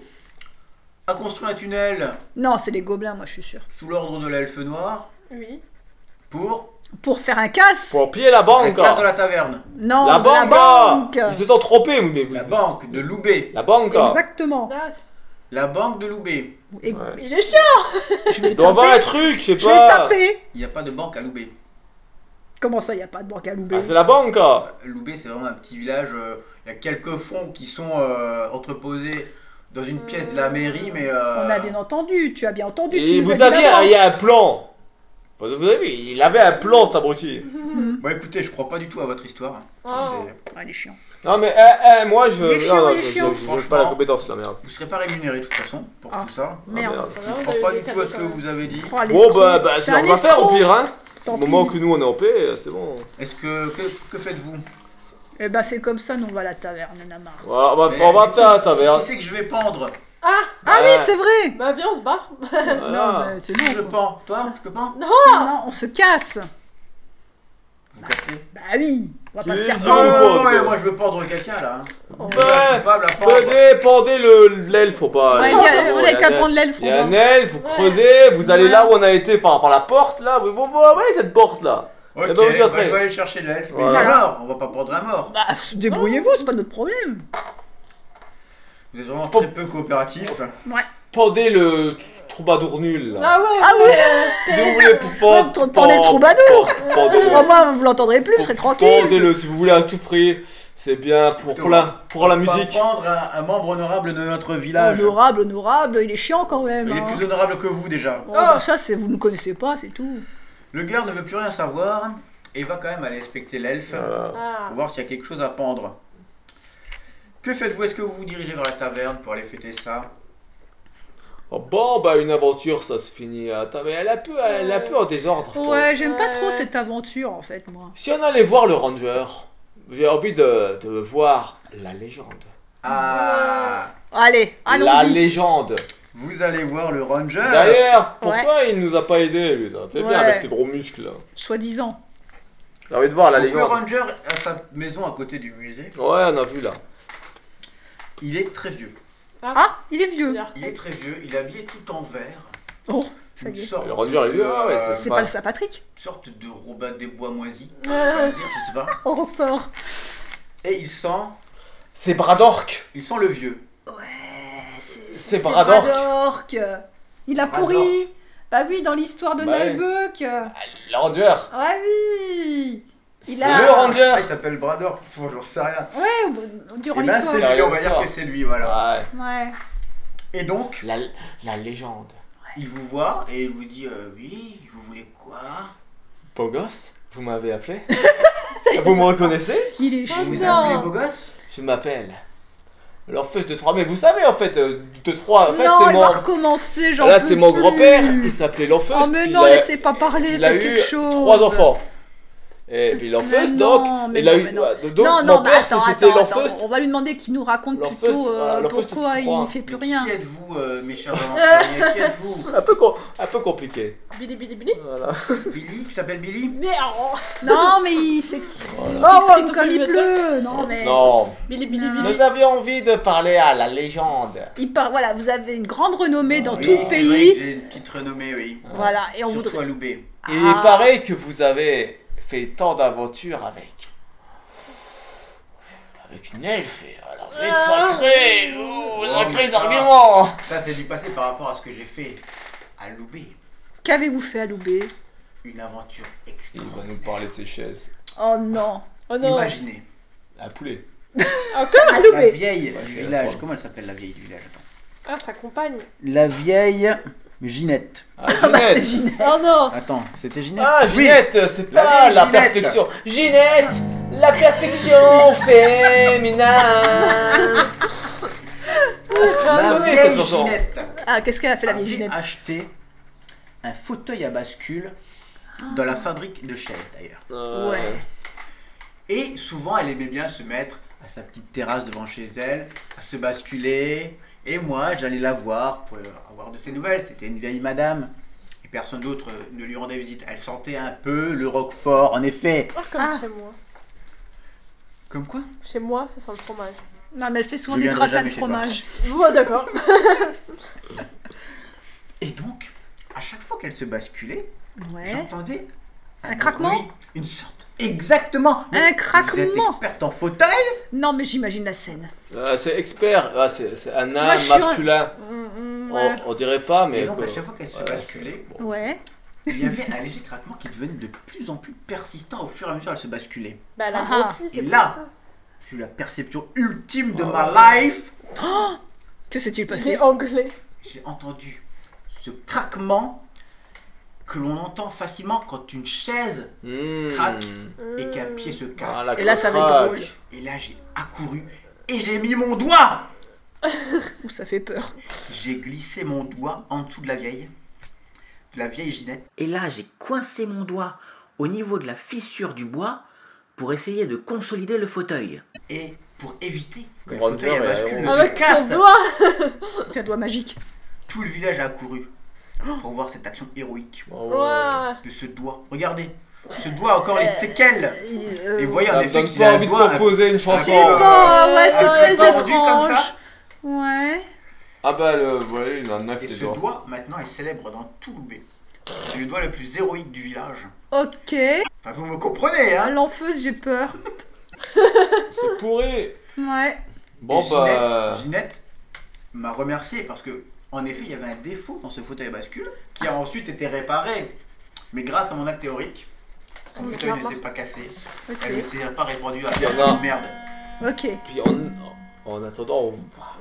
Speaker 1: a construit un tunnel
Speaker 4: Non, c'est les gobelins, moi, je suis sûre.
Speaker 1: sous l'ordre de l'elfe noir
Speaker 3: Oui.
Speaker 1: pour.
Speaker 4: Pour faire un casse.
Speaker 2: Pour piller la
Speaker 1: un
Speaker 2: banque.
Speaker 1: casse dans
Speaker 2: hein.
Speaker 1: la taverne.
Speaker 4: Non,
Speaker 2: La
Speaker 4: de
Speaker 2: banque. hein.
Speaker 4: la
Speaker 2: Ils
Speaker 4: banque.
Speaker 2: se sont trompés, mais vous.
Speaker 1: La banque de Loubet.
Speaker 2: La banque. hein.
Speaker 4: Exactement.
Speaker 3: Das.
Speaker 1: La banque de Loubet.
Speaker 4: Et-
Speaker 2: Ouais.
Speaker 3: Il est chiant
Speaker 4: Je vais
Speaker 2: Il doit y avoir un
Speaker 4: taper.
Speaker 2: truc, je sais
Speaker 4: Je vais
Speaker 2: pas.
Speaker 4: taper.
Speaker 1: Il n'y a pas de banque à Loubet.
Speaker 4: Comment ça, il n'y a pas de banque à Loubet
Speaker 2: Ah, c'est la banque. hein.
Speaker 1: Loubet, c'est vraiment un petit village. euh, Il y a quelques fonds qui sont euh, entreposés dans une pièce de la mairie, mais. euh,
Speaker 4: On a bien entendu, tu as bien entendu. tu
Speaker 2: Et
Speaker 4: nous
Speaker 2: vous
Speaker 4: as dit la
Speaker 2: aviez,
Speaker 4: banque.
Speaker 2: il y a un plan. Vous avez vu, il avait un plan, cet abruti.
Speaker 1: Bon, bah, écoutez, je crois pas du tout à votre histoire. Ça,
Speaker 3: Oh.
Speaker 1: c'est-
Speaker 4: Ah, les chiants.
Speaker 2: Non mais eh, eh, moi je
Speaker 4: Les
Speaker 2: non,
Speaker 4: chiens,
Speaker 2: non,
Speaker 4: les
Speaker 2: je- je-
Speaker 4: chiens.
Speaker 2: je n'ai pas la
Speaker 1: Franchement.
Speaker 2: compétence là merde.
Speaker 1: Vous serez pas rémunéré de toute façon pour
Speaker 4: Ah.
Speaker 1: tout ça.
Speaker 2: Ah,
Speaker 4: Merde.
Speaker 2: merde.
Speaker 1: Je crois pas du tout à ce que vous avez dit.
Speaker 4: Oh, les
Speaker 2: Bon
Speaker 4: escrocs.
Speaker 2: bah, bah c'est
Speaker 4: C'est
Speaker 2: leur
Speaker 4: un
Speaker 2: affaire au
Speaker 4: escroc.
Speaker 2: pire hein.
Speaker 4: Tant
Speaker 2: Au moment
Speaker 4: pis.
Speaker 2: que nous on est en paix, c'est bon.
Speaker 1: Est-ce que. Que, que faites-vous
Speaker 4: Eh ben c'est comme ça, nous on va à la taverne, on en a marre.
Speaker 2: Ouais, on va
Speaker 1: Mais
Speaker 2: on va
Speaker 1: du
Speaker 2: faire la
Speaker 1: coup,
Speaker 2: taverne.
Speaker 1: Qui c'est que je vais pendre
Speaker 3: Ah
Speaker 4: Ah oui, c'est vrai
Speaker 3: Bah viens, on se barre
Speaker 1: Ah.
Speaker 4: Non,
Speaker 2: Voilà.
Speaker 4: mais c'est
Speaker 1: Qui je
Speaker 4: bon. quoi.
Speaker 1: pends Toi Tu peux pends
Speaker 4: Non, on se casse
Speaker 1: Vous cassez
Speaker 4: Bah oui On va pas se
Speaker 2: Qui
Speaker 4: faire
Speaker 2: dit-
Speaker 1: Non,
Speaker 2: le
Speaker 4: prendre.
Speaker 2: pendre,
Speaker 1: Ah, ouais,
Speaker 2: toi.
Speaker 1: moi je veux pendre quelqu'un là. hein.
Speaker 4: Oh.
Speaker 1: Je suis pas coupable
Speaker 2: Eh
Speaker 1: à pendre.
Speaker 2: Pendez, pendez le l'elfe faut pas.
Speaker 4: Ouais,
Speaker 2: là,
Speaker 4: il y
Speaker 2: c'est
Speaker 4: a-
Speaker 2: bon,
Speaker 4: on
Speaker 2: il y
Speaker 4: a
Speaker 2: a
Speaker 4: qu'à
Speaker 2: un elfe.
Speaker 4: prendre l'elfe.
Speaker 2: Il y a
Speaker 4: on
Speaker 2: un
Speaker 4: va-
Speaker 2: elfe, vous
Speaker 3: Ouais.
Speaker 2: creusez, vous allez
Speaker 4: Ouais.
Speaker 2: là où on a été par, par la porte là, vous vous voyez cette porte là.
Speaker 1: Ok,
Speaker 2: Eh ben, vous y
Speaker 1: bah,
Speaker 2: entrez.
Speaker 1: je vais aller chercher l'elfe. Mais
Speaker 2: Voilà.
Speaker 1: il est mort, on va pas pendre un mort.
Speaker 4: Bah, pff, débrouillez-vous, c'est pas notre problème.
Speaker 1: Vous êtes vraiment très peu coopératif.
Speaker 2: Pendez le troubadour nul. là.
Speaker 3: Ah ouais
Speaker 4: Ah oui
Speaker 2: Si vous voulez pour
Speaker 4: on
Speaker 2: pendre,
Speaker 4: Pendez le troubadour Au
Speaker 2: troubadour.
Speaker 4: moins, Oh, vous l'entendrez plus, vous serez tranquille. Oh,
Speaker 2: Pendez-le si vous voulez à tout prix. C'est bien pour, pour la pour la
Speaker 1: Pas
Speaker 2: musique.
Speaker 1: pendre un, un membre honorable de notre village.
Speaker 4: Honorable, honorable, il est chiant quand même.
Speaker 1: Il est
Speaker 4: hein.
Speaker 1: plus honorable que vous déjà.
Speaker 4: Oh, bah, ça, c'est vous ne connaissez pas, c'est tout.
Speaker 1: Le gars ne veut plus rien savoir et va quand même aller inspecter l'elfe
Speaker 2: Voilà.
Speaker 3: Ah.
Speaker 1: pour voir s'il y a quelque chose à pendre. Que faites-vous Est-ce que vous vous dirigez vers la taverne pour aller fêter ça
Speaker 2: Oh, bon, bah une aventure, ça se finit. à ta- mais elle a peu, elle a peu en désordre. je
Speaker 4: Ouais,
Speaker 2: pense.
Speaker 4: j'aime pas trop
Speaker 3: Ouais.
Speaker 4: cette aventure en fait, moi.
Speaker 2: Si on allait voir le ranger, j'ai envie de, de voir la légende.
Speaker 1: Ah
Speaker 4: Allez,
Speaker 2: la
Speaker 4: allons-y.
Speaker 2: légende.
Speaker 1: Vous allez voir le ranger
Speaker 2: D'ailleurs, pourquoi il nous a pas aidé, lui ça C'est
Speaker 4: Ouais.
Speaker 2: bien avec ses gros muscles. là.
Speaker 4: Soi-disant.
Speaker 2: J'ai envie de voir la
Speaker 1: Donc, Le
Speaker 2: légende.
Speaker 1: ranger a sa maison à côté du musée.
Speaker 2: Ouais, on a vu là.
Speaker 1: Il est très vieux.
Speaker 4: Ah, il est vieux.
Speaker 3: Bizarre.
Speaker 1: Il est très vieux. Il est habillé tout en vert.
Speaker 4: Oh, ça
Speaker 1: Une
Speaker 4: y est.
Speaker 1: sorte
Speaker 2: Le ranger est
Speaker 1: de-
Speaker 2: vieux, ouais,
Speaker 1: euh,
Speaker 4: C'est
Speaker 2: Bah.
Speaker 4: pas le Saint-Patrick
Speaker 1: une sorte de robin des bois moisis.
Speaker 4: Ah.
Speaker 3: Euh,
Speaker 1: je veux dire, je sais pas.
Speaker 4: Oh, fort.
Speaker 1: Et il sent,
Speaker 2: C'est Bradork.
Speaker 1: il sent le vieux.
Speaker 2: C'est Bradork.
Speaker 4: Il a
Speaker 1: Bradork.
Speaker 4: pourri. Bah oui, dans l'histoire de
Speaker 2: Bah oui.
Speaker 4: Nalbuck.
Speaker 2: Le ranger.
Speaker 4: Ah oui. Il a-
Speaker 2: Le ranger.
Speaker 1: Ah, il s'appelle Brador. Faut, j'en sais rien.
Speaker 4: Ouais, au- durant
Speaker 1: Et
Speaker 2: Eh
Speaker 1: ben c'est
Speaker 4: l'histoire.
Speaker 1: lui. On va
Speaker 2: Ça.
Speaker 1: dire que c'est lui, voilà.
Speaker 2: Ouais.
Speaker 4: Ouais.
Speaker 1: Et donc,
Speaker 2: La, la légende.
Speaker 1: Il vous voit et il vous dit euh, oui, vous voulez quoi
Speaker 2: Beau gosse, vous m'avez appelé Vous me reconnaissez
Speaker 4: Il est
Speaker 3: Oh,
Speaker 4: chou-
Speaker 1: Vous
Speaker 3: non.
Speaker 1: appelez beau gosse
Speaker 2: Je m'appelle l'Orpheus de Troie, mais vous savez en fait, euh, de Troie, en fait
Speaker 4: non,
Speaker 2: c'est
Speaker 4: il
Speaker 2: mon...
Speaker 4: va recommencer, j'en
Speaker 2: Là
Speaker 4: peux
Speaker 2: c'est mon
Speaker 4: plus.
Speaker 2: grand-père, il s'appelait l'Orpheus,
Speaker 4: Oh mais
Speaker 2: il
Speaker 4: non,
Speaker 2: a,
Speaker 4: laissez pas parler,
Speaker 2: il a
Speaker 4: faites
Speaker 2: eu
Speaker 4: quelque chose.
Speaker 2: trois enfants. Et puis l'Orpheus,
Speaker 4: Mais
Speaker 2: donc.
Speaker 4: non, mais
Speaker 2: il a
Speaker 4: non,
Speaker 2: eu.
Speaker 4: mais non.
Speaker 2: Donc,
Speaker 4: non,
Speaker 2: mon
Speaker 4: non, mais
Speaker 2: père, si
Speaker 4: attends,
Speaker 2: c'était
Speaker 4: attends,
Speaker 2: l'Orpheus.
Speaker 4: attends, on va lui demander qu'il nous raconte
Speaker 2: L'Orpheus,
Speaker 4: plutôt euh,
Speaker 2: voilà, l'Orpheus,
Speaker 4: pourquoi
Speaker 2: ah, tu te
Speaker 4: il
Speaker 2: crois.
Speaker 4: ne fait plus
Speaker 1: Mais
Speaker 4: rien.
Speaker 1: Qui êtes-vous, euh, mes chers aventuriers Qui êtes-vous
Speaker 2: Un peu, com- un peu compliqué.
Speaker 3: Bili bili Ah bili.
Speaker 2: Voilà.
Speaker 1: Billy Tu t'appelles Billy
Speaker 3: Merde.
Speaker 4: Non, mais il s'ex- il
Speaker 2: Voilà.
Speaker 3: Oh,
Speaker 4: s'exprime
Speaker 3: on
Speaker 4: comme il
Speaker 3: fait
Speaker 4: pleut. Non, mais
Speaker 2: Non.
Speaker 3: Bili bili
Speaker 4: Non.
Speaker 3: bili.
Speaker 2: Nous avions envie de parler à la légende.
Speaker 4: il part. Voilà, vous avez une grande renommée dans
Speaker 1: Ah Oui,
Speaker 4: tout le
Speaker 1: c'est vrai que
Speaker 4: pays.
Speaker 1: j'ai une petite renommée, oui.
Speaker 4: Voilà, et on
Speaker 1: Surtout
Speaker 4: voudrait.
Speaker 1: à Loubet.
Speaker 2: Et
Speaker 4: Ah.
Speaker 2: il paraît que vous avez fait tant d'aventures avec. Avec une elfe et à la
Speaker 4: Ah,
Speaker 2: rite sacrée. Ouh,
Speaker 1: Oh, mais
Speaker 2: sacrés
Speaker 1: ça.
Speaker 2: arguments.
Speaker 1: Ça, c'est du passé par rapport à ce que j'ai fait à Loubet.
Speaker 4: Qu'avez-vous fait à Loubet
Speaker 1: Une aventure
Speaker 2: Il va
Speaker 1: extraordinaire.
Speaker 2: nous parler de ses chaises.
Speaker 4: Oh non,
Speaker 3: Oh non. Ah,
Speaker 1: Imaginez,
Speaker 2: Un poulet.
Speaker 4: à
Speaker 1: la
Speaker 4: Loubet.
Speaker 1: vieille
Speaker 2: Ouais,
Speaker 1: du
Speaker 2: c'est la
Speaker 1: village,
Speaker 2: preuve.
Speaker 1: comment elle s'appelle la vieille du village Attends.
Speaker 3: Ah, sa compagne.
Speaker 1: La vieille Ginette.
Speaker 2: Ah,
Speaker 4: Ah bah, c'est
Speaker 2: Ginette.
Speaker 4: Ginette.
Speaker 3: Oh non.
Speaker 1: Attends, c'était Ginette
Speaker 2: Ah, Ginette, c'est pas
Speaker 1: vieille
Speaker 2: la
Speaker 1: Ginette.
Speaker 2: perfection. Ginette, la perfection
Speaker 4: Ah,
Speaker 2: féminin.
Speaker 1: La
Speaker 2: Ah, oui,
Speaker 1: vieille
Speaker 2: cette chanson.
Speaker 1: Ginette
Speaker 4: Ah, qu'est-ce qu'elle a fait la vieille
Speaker 1: avait
Speaker 4: Ginette
Speaker 1: acheté un fauteuil à bascule dans la fabrique de chaises d'ailleurs.
Speaker 2: Ah,
Speaker 4: Ouais.
Speaker 1: Et souvent, elle aimait bien se mettre à sa petite terrasse devant chez elle, à se basculer. Et moi, j'allais la voir pour avoir de ses nouvelles. C'était une vieille madame. Et personne d'autre euh, ne lui rendait visite. Elle sentait un peu le roquefort, en effet.
Speaker 3: Ah, comme
Speaker 4: Ah.
Speaker 3: chez moi.
Speaker 1: Comme quoi
Speaker 3: Chez moi, ça sent le fromage.
Speaker 4: Non, mais elle fait souvent
Speaker 1: Je
Speaker 4: des
Speaker 1: viendrai
Speaker 4: gratins de
Speaker 1: jamais chez toi.
Speaker 4: fromage.
Speaker 3: Bon, d'accord.
Speaker 1: Et donc, à chaque fois qu'elle se basculait,
Speaker 4: Ouais.
Speaker 1: j'entendais
Speaker 4: Un craquement
Speaker 1: bruit, Une sorte. Exactement
Speaker 4: Un
Speaker 1: Vous êtes
Speaker 4: craquement
Speaker 1: experte en fauteuil
Speaker 4: Non, mais j'imagine la scène.
Speaker 2: Ah, c'est expert. Ah, c'est c'est un
Speaker 4: Moi, je
Speaker 2: nain
Speaker 4: suis un-
Speaker 2: masculin.
Speaker 4: Mm, mm,
Speaker 1: Oh.
Speaker 2: On-
Speaker 4: ouais.
Speaker 2: On, dirait pas, mais.
Speaker 1: Et donc,
Speaker 2: quoi.
Speaker 1: à chaque fois qu'elle se
Speaker 2: Ouais,
Speaker 1: basculait,
Speaker 2: c'est- bon.
Speaker 4: Ouais.
Speaker 1: il y avait un léger craquement qui devenait de plus en plus persistant au fur et à mesure qu'elle se basculait.
Speaker 3: Bah, elle a
Speaker 4: Ah.
Speaker 3: grossi, c'est
Speaker 1: Et
Speaker 3: pour
Speaker 1: là.
Speaker 3: ça.
Speaker 1: C'est la perception ultime de
Speaker 2: Oh.
Speaker 1: ma life.
Speaker 4: Que s'est-il passé
Speaker 3: C'est anglais.
Speaker 1: J'ai entendu ce craquement que l'on entend facilement quand une chaise
Speaker 2: Hmm.
Speaker 1: Crac. et
Speaker 3: Hmm.
Speaker 1: qu'un pied se casse.
Speaker 2: Ah, la
Speaker 4: Et là, ça va être
Speaker 2: craque.
Speaker 4: drôle.
Speaker 1: Et là, j'ai accouru et j'ai mis mon doigt.
Speaker 4: Ouh, ça fait peur.
Speaker 1: J'ai glissé mon doigt en dessous de la vieille, de la vieille Ginette.
Speaker 5: Et là, j'ai coincé mon doigt au niveau de la fissure du bois pour essayer de consolider le fauteuil.
Speaker 1: Et pour éviter que le
Speaker 2: Grande
Speaker 1: fauteuil à
Speaker 2: peur,
Speaker 1: bascule
Speaker 2: ouais,
Speaker 1: ne
Speaker 2: ouais.
Speaker 1: se
Speaker 3: Avec
Speaker 1: casse,
Speaker 3: son doigt.
Speaker 4: T'as un doigt magique.
Speaker 1: tout le village a accouru pour voir cette action héroïque
Speaker 2: Bon,
Speaker 3: Ouah.
Speaker 1: de ce doigt. Regardez, ce doigt a encore les séquelles.
Speaker 4: Euh,
Speaker 1: Et oh. voyez en
Speaker 2: Ça me
Speaker 1: effet
Speaker 2: donne
Speaker 1: qu'il a
Speaker 2: pas
Speaker 1: un
Speaker 2: envie de
Speaker 1: doigt hein. un
Speaker 2: composer une chanson.
Speaker 1: bon.
Speaker 4: Oh, ouais, c'est
Speaker 1: un
Speaker 4: très
Speaker 1: trépas rendu comme
Speaker 4: étrange.
Speaker 1: ça.
Speaker 4: Ouais.
Speaker 2: Ah bah le, voilà, il a 9
Speaker 1: Et
Speaker 2: des
Speaker 1: ce
Speaker 2: doigts.
Speaker 1: doigt, maintenant, est célèbre dans tout Loubet. C'est le doigt le plus héroïque du village.
Speaker 4: Ok.
Speaker 1: Enfin, vous me comprenez,
Speaker 4: À
Speaker 1: hein
Speaker 4: l'enfeuse, j'ai peur.
Speaker 2: C'est pourri.
Speaker 4: Ouais.
Speaker 2: Bon
Speaker 1: Et
Speaker 2: bah...
Speaker 1: Ginette, Ginette m'a remercié parce que, en effet, il y avait un défaut dans ce fauteuil à bascule qui a ensuite été réparé. Mais grâce à mon acte théorique, son
Speaker 3: Oui,
Speaker 1: fauteuil ne
Speaker 3: clairement.
Speaker 1: s'est pas cassé.
Speaker 4: Ok.
Speaker 1: Elle ne s'est pas répandue à
Speaker 2: Il y en
Speaker 1: faire
Speaker 2: a.
Speaker 1: de merde.
Speaker 4: Ok.
Speaker 2: Puis en, en attendant, on va...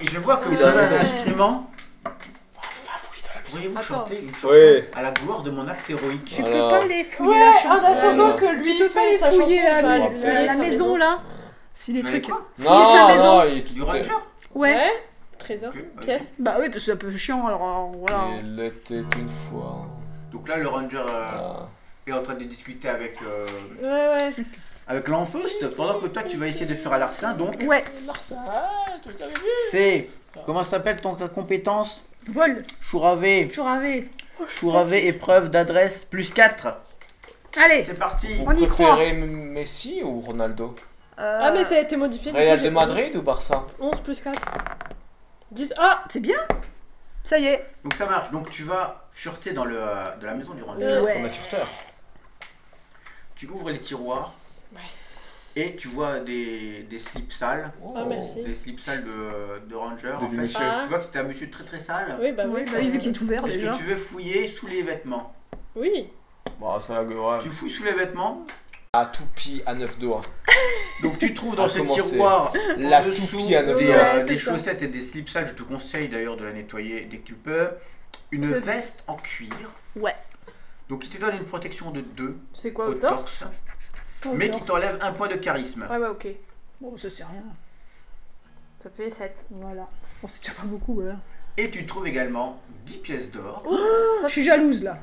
Speaker 1: Et je vois que
Speaker 2: Il
Speaker 1: vous
Speaker 2: a
Speaker 1: avez
Speaker 2: raison.
Speaker 1: un instrument. Pourriez-vous
Speaker 3: Attends.
Speaker 1: chanter une chanson
Speaker 2: Oui.
Speaker 1: à la gloire de mon acte héroïque
Speaker 4: Tu peux
Speaker 2: Alors.
Speaker 4: pas les fouiller
Speaker 3: Ouais,
Speaker 4: la
Speaker 3: en
Speaker 4: chanson.
Speaker 3: attendant que lui
Speaker 4: Tu peux pas
Speaker 3: fasse
Speaker 4: les
Speaker 3: sa
Speaker 4: fouiller
Speaker 3: chanson,
Speaker 4: à
Speaker 3: je vais
Speaker 4: la,
Speaker 3: aller
Speaker 2: la-
Speaker 3: fouiller
Speaker 4: la
Speaker 3: sa
Speaker 4: maison là. Si des
Speaker 1: Vous avez
Speaker 4: trucs.
Speaker 1: quoi
Speaker 4: Fouiller sa maison.
Speaker 2: il est
Speaker 1: Du
Speaker 2: tout-
Speaker 1: Ranger
Speaker 4: Ouais.
Speaker 3: Trésor.
Speaker 1: Ok, bah,
Speaker 3: Pièce.
Speaker 4: Bah oui, parce que c'est un peu chiant alors euh, voilà.
Speaker 2: Il était une fois...
Speaker 1: Donc là, le Ranger euh,
Speaker 2: Ah.
Speaker 1: est en train de discuter avec. euh,
Speaker 3: Ouais, ouais.
Speaker 1: Avec l'enfeuste, pendant que toi tu vas essayer de faire à l'arsin, donc
Speaker 4: Ouais.
Speaker 1: Ah. c'est. Comment s'appelle ton ta compétence
Speaker 4: Vol.
Speaker 1: Chouravé.
Speaker 4: Toujours avec.
Speaker 1: Chouravé épreuve d'adresse plus 4.
Speaker 4: Allez.
Speaker 1: C'est parti
Speaker 2: Vous
Speaker 4: On y croit.
Speaker 2: préférez Messi ou Ronaldo
Speaker 4: Euh,
Speaker 3: Ah, mais ça a été modifié. du
Speaker 2: Real
Speaker 3: coup,
Speaker 2: de
Speaker 3: j'ai-
Speaker 2: Madrid ou Barça
Speaker 3: 11 plus 4. 10. Ah
Speaker 4: C'est bien. Ça y est.
Speaker 1: Donc ça marche, donc tu vas fureter dans le, euh, de la maison du
Speaker 3: Euh,
Speaker 1: ranger.
Speaker 4: Ouais.
Speaker 2: Comme un furteur.
Speaker 1: Tu ouvres les tiroirs
Speaker 3: Ouais.
Speaker 1: et tu vois des, des slips sales.
Speaker 3: Ah, merci.
Speaker 1: Des slips sales de, euh, de ranger
Speaker 2: Oh. Des
Speaker 1: en fait.
Speaker 2: dénichés.
Speaker 3: Ah.
Speaker 1: Tu vois que c'était un monsieur très très sale.
Speaker 3: Oui, bah
Speaker 4: Oui,
Speaker 3: oui.
Speaker 4: bah oui, vu qu'il est ouvert
Speaker 1: Est-ce
Speaker 4: déjà.
Speaker 1: que tu veux fouiller sous les vêtements
Speaker 3: Oui.
Speaker 2: Bah ça, ouais.
Speaker 1: Tu fouilles sous les vêtements,
Speaker 2: La toupie à 9 doigts.
Speaker 1: donc tu trouves
Speaker 2: À
Speaker 1: dans ce
Speaker 2: commencer.
Speaker 1: tiroir
Speaker 2: La
Speaker 1: en dessous
Speaker 2: toupie à neuf
Speaker 1: des,
Speaker 2: doigts.
Speaker 1: euh,
Speaker 4: Ouais,
Speaker 1: des
Speaker 4: c'est ça.
Speaker 1: chaussettes et des slips sales, je te conseille d'ailleurs de la nettoyer dès que tu le peux. Une
Speaker 4: C'est-
Speaker 1: veste en cuir.
Speaker 4: Ouais.
Speaker 1: Donc il te donne une protection de 2
Speaker 3: C'est quoi
Speaker 1: au
Speaker 3: au torse
Speaker 1: torse, mais qui t'enlève un point de charisme.
Speaker 3: Ouais, ouais, ok.
Speaker 4: Bon, ça c'est rien.
Speaker 3: Ça fait 7.
Speaker 4: Voilà. Bon, c'est déjà pas beaucoup voilà.
Speaker 1: Et tu trouves également 10 pièces d'or.
Speaker 4: Je suis jalouse là.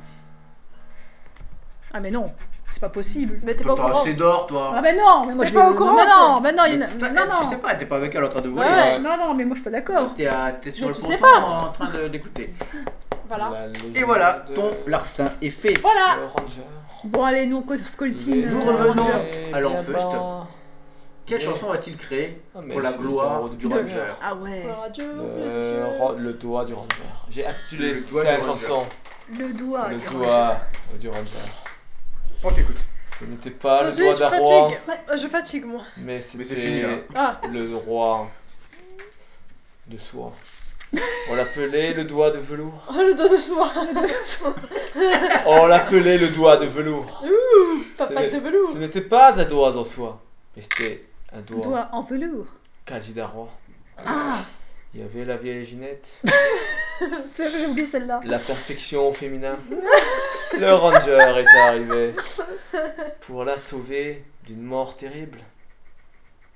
Speaker 4: Ah mais non, c'est pas possible.
Speaker 3: Mais t'es
Speaker 1: Toi,
Speaker 3: pas au
Speaker 1: t'as
Speaker 3: courant.
Speaker 1: assez d'or, toi.
Speaker 4: Ah ben non, mais moi
Speaker 3: T'es
Speaker 4: je
Speaker 3: pas
Speaker 4: l'ai-
Speaker 3: au courant,
Speaker 4: mais non,
Speaker 3: toi.
Speaker 4: mais non, il y en
Speaker 1: Mais
Speaker 4: a-
Speaker 1: tu- t'as-
Speaker 4: non,
Speaker 1: Tu
Speaker 4: non.
Speaker 1: sais pas, t'es pas avec elle en train de voler. hein.
Speaker 4: Ouais,
Speaker 2: Ouais.
Speaker 4: non, non, mais moi je suis pas d'accord.
Speaker 1: T'es à- t'es sur
Speaker 3: Mais
Speaker 1: le
Speaker 3: tu sais
Speaker 1: ponton
Speaker 3: pas.
Speaker 1: en train de- d'écouter.
Speaker 3: Voilà.
Speaker 2: La légende
Speaker 1: Et voilà,
Speaker 2: de-
Speaker 1: ton larcin est fait.
Speaker 3: Voilà.
Speaker 2: Le ranger.
Speaker 4: Bon, allez, nous, on se
Speaker 2: Il
Speaker 4: coltine.
Speaker 2: est
Speaker 1: Nous
Speaker 4: euh,
Speaker 1: revenons.
Speaker 4: Ranger.
Speaker 2: là-bas.
Speaker 1: à l'Enfeust.
Speaker 2: Ah,
Speaker 1: Quelle
Speaker 2: Mais-
Speaker 1: chanson a-t-il créée
Speaker 2: Ah, mais
Speaker 1: pour la
Speaker 2: c'est
Speaker 1: gloire
Speaker 2: le
Speaker 1: du
Speaker 2: doigt
Speaker 1: Ranger
Speaker 4: Ah ouais.
Speaker 3: Adieu,
Speaker 2: Le,
Speaker 3: adieu.
Speaker 2: Euh, ro- le doigt du ranger. J'ai
Speaker 1: Ah,
Speaker 2: intitulé
Speaker 1: Le doigt
Speaker 2: la
Speaker 1: du ranger.
Speaker 2: chanson
Speaker 4: Le
Speaker 1: Ah,
Speaker 4: doigt.
Speaker 2: Le
Speaker 4: du
Speaker 2: doigt du ranger.
Speaker 1: On t'écoute.
Speaker 2: Ce n'était pas
Speaker 3: Toi
Speaker 2: le
Speaker 3: aussi,
Speaker 2: doigt
Speaker 3: je
Speaker 2: d'un roi,
Speaker 3: fatigue. Ouais, euh, Je fatigue, moi.
Speaker 2: mais
Speaker 1: c'est fini, là.
Speaker 2: c'était
Speaker 3: Ah,
Speaker 2: le roi de soie. On l'appelait le doigt de velours.
Speaker 3: oh, le dos de soie.
Speaker 2: On l'appelait le doigt de velours.
Speaker 3: Papa
Speaker 2: C'est-
Speaker 3: de
Speaker 2: Ce
Speaker 3: velours.
Speaker 2: n'était pas un doigt en soie, mais c'était un
Speaker 4: Ranger.
Speaker 2: doigt
Speaker 4: Doigt en velours.
Speaker 2: quasi d'un roi.
Speaker 4: Ah,
Speaker 2: Il y avait la vieille Ginette,
Speaker 4: tu sais, j'ai oublié celle-là.
Speaker 2: la perfection au féminin. Le ranger est arrivé pour la sauver d'une mort terrible.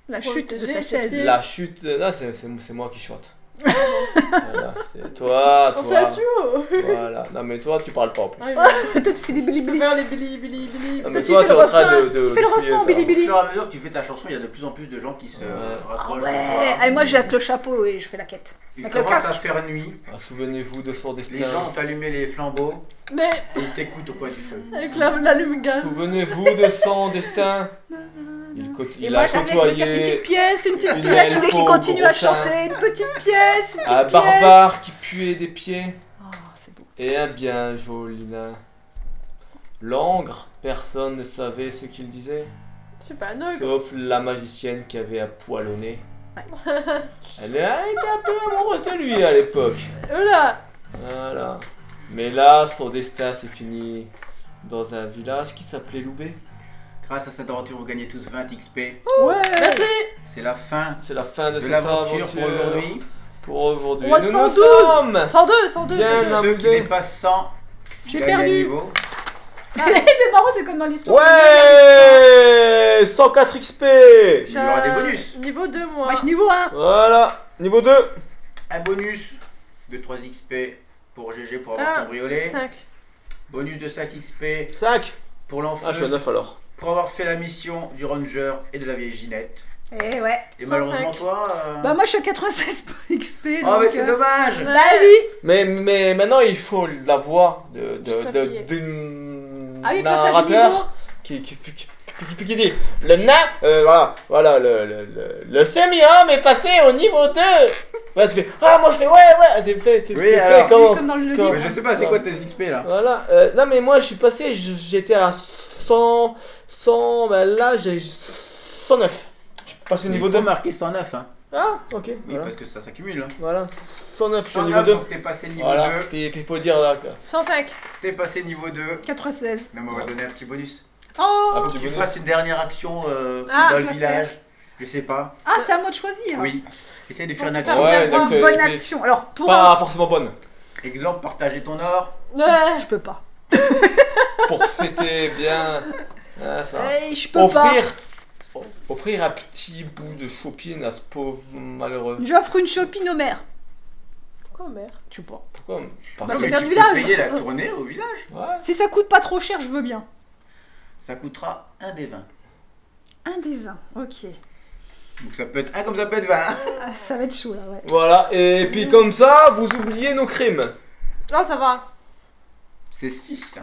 Speaker 4: La
Speaker 3: Pour
Speaker 4: chute
Speaker 3: le
Speaker 4: de
Speaker 3: TG,
Speaker 4: sa
Speaker 3: c'est
Speaker 4: chaise.
Speaker 3: petit.
Speaker 2: La chute, de- non, c'est, c'est, c'est moi qui chante. voilà, c'est toi,
Speaker 3: On fait
Speaker 2: toi.
Speaker 3: un duo.
Speaker 2: Voilà, non mais toi tu parles pas en plus.
Speaker 3: Ah, oui.
Speaker 4: Toi, tu fais des
Speaker 3: Je peux
Speaker 4: blibli.
Speaker 3: faire les bili bili bili.
Speaker 2: Non
Speaker 3: Petit
Speaker 2: Ah, mais toi
Speaker 3: fait
Speaker 2: t'es
Speaker 3: le
Speaker 2: en train
Speaker 3: refrain.
Speaker 2: de. de
Speaker 4: Tu fais le
Speaker 2: fouiller, toi.
Speaker 4: refrain,
Speaker 1: Au
Speaker 4: Billy. Euh, ah
Speaker 1: fur et à mesure que tu fais ta chanson, il y a de plus en plus de gens qui se
Speaker 2: Ouais.
Speaker 1: rapprochent
Speaker 4: Ouais.
Speaker 1: de toi.
Speaker 4: Allez, moi, j'ai avec le chapeau et je fais la quête.
Speaker 1: Il
Speaker 4: avec le
Speaker 1: commence à
Speaker 4: casque.
Speaker 1: faire nuit.
Speaker 2: Ah, Souvenez-vous de son
Speaker 1: Les
Speaker 2: destin.
Speaker 1: gens ont allumé les flambeaux
Speaker 3: Mais
Speaker 1: et ils t'écoutent au coin du feu.
Speaker 3: avec la- l'allume-gaz.
Speaker 2: Souvenez-vous de son destin. Il, co-
Speaker 4: Et
Speaker 2: il
Speaker 4: moi,
Speaker 2: a
Speaker 4: j'arrive avec une petite
Speaker 2: côtoyé
Speaker 4: pièce, une petite
Speaker 2: une
Speaker 4: pièce, celui
Speaker 2: elfe
Speaker 4: qui
Speaker 2: au
Speaker 4: continue
Speaker 2: gros
Speaker 4: à
Speaker 2: sein.
Speaker 4: chanter, une petite pièce, une petite
Speaker 2: un
Speaker 4: pièce.
Speaker 2: barbare qui puait des pieds
Speaker 4: Ah, c'est beau.
Speaker 2: et un Eh bien joli nain. L'angre, personne ne savait ce qu'il disait.
Speaker 3: C'est pas un ogre.
Speaker 2: Sauf la magicienne qui avait un poil au nez.
Speaker 4: Ouais.
Speaker 2: Elle, elle était un peu amoureuse de lui à l'époque.
Speaker 3: Voilà.
Speaker 2: Voilà. Mais là, son destin s'est fini dans un village qui s'appelait Loubet.
Speaker 1: Grâce à cette aventure, vous gagnez tous 20 XP.
Speaker 3: Merci.
Speaker 1: C'est la fin
Speaker 2: C'est la fin de,
Speaker 1: de
Speaker 2: cette
Speaker 1: l'aventure
Speaker 2: aventure
Speaker 1: pour aujourd'hui.
Speaker 2: Pour aujourd'hui.
Speaker 3: On
Speaker 2: Nous nous
Speaker 3: 112.
Speaker 2: sommes
Speaker 3: 102, 102.
Speaker 2: Bien.
Speaker 3: c'est-
Speaker 2: non,
Speaker 1: Ceux
Speaker 2: mais
Speaker 1: qui
Speaker 2: bien.
Speaker 1: dépassent 100
Speaker 3: J'ai
Speaker 1: gagnent un
Speaker 3: perdu.
Speaker 1: niveau.
Speaker 4: c'est marrant, c'est comme dans l'histoire.
Speaker 2: Ouais 104 XP
Speaker 1: Il y aura des bonus.
Speaker 3: Niveau 2, moi.
Speaker 4: Moi, je suis niveau hein. 1.
Speaker 2: Voilà Niveau 2
Speaker 1: Un bonus de 3 XP pour GG pour avoir
Speaker 3: Ah,
Speaker 1: cambriolé.
Speaker 3: 5.
Speaker 1: Bonus de 5 XP
Speaker 2: 5
Speaker 1: pour
Speaker 2: Ah, je suis à
Speaker 1: l'enfeu,
Speaker 2: 9 alors.
Speaker 1: pour avoir fait la mission du Ranger et de la vieille Ginette.
Speaker 4: Eh ouais.
Speaker 1: Et
Speaker 3: 105.
Speaker 1: malheureusement, toi. euh,
Speaker 4: Bah, moi, je suis à 96
Speaker 2: Ah,
Speaker 4: XP.
Speaker 1: oh,
Speaker 4: donc,
Speaker 1: mais c'est
Speaker 4: euh,
Speaker 1: dommage!
Speaker 3: Bah,
Speaker 4: La vie
Speaker 2: Mais, mais maintenant, il faut la voix de, de,
Speaker 3: Tout à
Speaker 2: de,
Speaker 3: fait.
Speaker 2: d'un
Speaker 4: Ah oui, passage du niveau.
Speaker 2: narrateur qui, qui, qui, qui- qui- qui dit Le nain, euh, voilà, voilà, le, le, le, le semi-homme est passé au niveau 2 Voilà, tu fais Ah, moi je fais Ouais, ouais, tu fais, tu,
Speaker 1: Oui,
Speaker 2: tu fais
Speaker 1: alors.
Speaker 2: comment
Speaker 4: Comme dans le
Speaker 2: comment-
Speaker 1: Mais je sais pas, c'est quoi tes XP là?
Speaker 2: Voilà, euh, non, mais moi je suis passé, j- j'étais à 100, 100, ben là j'ai 109. Je suis passé au niveau 2.
Speaker 1: marqué 109, hein.
Speaker 3: Oh,
Speaker 2: Ah, ok,
Speaker 1: Oui,
Speaker 2: voilà,
Speaker 1: parce que ça s'accumule. Hein.
Speaker 2: voilà, 109, je suis au
Speaker 1: 109,
Speaker 2: niveau 2.
Speaker 1: donc t'es passé niveau
Speaker 2: Voilà,
Speaker 1: 2.
Speaker 2: puis puis faut dire là ah, quoi.
Speaker 3: 105.
Speaker 1: T'es passé niveau 2.
Speaker 4: 96.
Speaker 1: Mais on va donner un petit bonus.
Speaker 4: Oh
Speaker 2: Un
Speaker 1: Faut
Speaker 2: petit
Speaker 1: que tu
Speaker 2: bonus.
Speaker 1: fasses une dernière action euh,
Speaker 3: Ah,
Speaker 1: dans
Speaker 4: je
Speaker 1: le
Speaker 4: la
Speaker 1: village. Je sais pas.
Speaker 4: Ah, c'est à moi de choisir.
Speaker 1: Oui. Essaye de faire une
Speaker 3: Ouais.
Speaker 1: action.
Speaker 2: Ouais,
Speaker 4: Pour avoir
Speaker 2: donc,
Speaker 4: une bonne
Speaker 2: c'est-
Speaker 4: action. Alors, pour.
Speaker 2: Pas forcément bonne.
Speaker 1: Exemple, partager ton or.
Speaker 3: Ouais.
Speaker 4: Je peux pas.
Speaker 2: pour fêter bien hein, ça.
Speaker 4: Eh, je peux pas.
Speaker 2: Offrir, offrir un petit bout de shopping à ce pauvre malheureux.
Speaker 4: J'offre une chopine au maire.
Speaker 3: Pourquoi merde
Speaker 4: Tu pas.
Speaker 2: Pourquoi Parce
Speaker 4: Bah,
Speaker 1: Non,
Speaker 4: c'est
Speaker 1: mais
Speaker 4: bien
Speaker 1: tu
Speaker 4: le
Speaker 1: peux
Speaker 4: village.
Speaker 1: payer la tournée au village.
Speaker 2: Ouais.
Speaker 4: Si ça coûte pas trop cher, je veux bien.
Speaker 1: Ça coûtera un des 20.
Speaker 4: Un des 20. Ok.
Speaker 1: Donc ça peut être 1 comme ça peut être 20. hein.
Speaker 4: Ah, ça va être chaud là, ouais.
Speaker 2: Voilà, et puis comme ça, vous oubliez nos crimes.
Speaker 3: Non, Ah, ça va.
Speaker 1: C'est 6.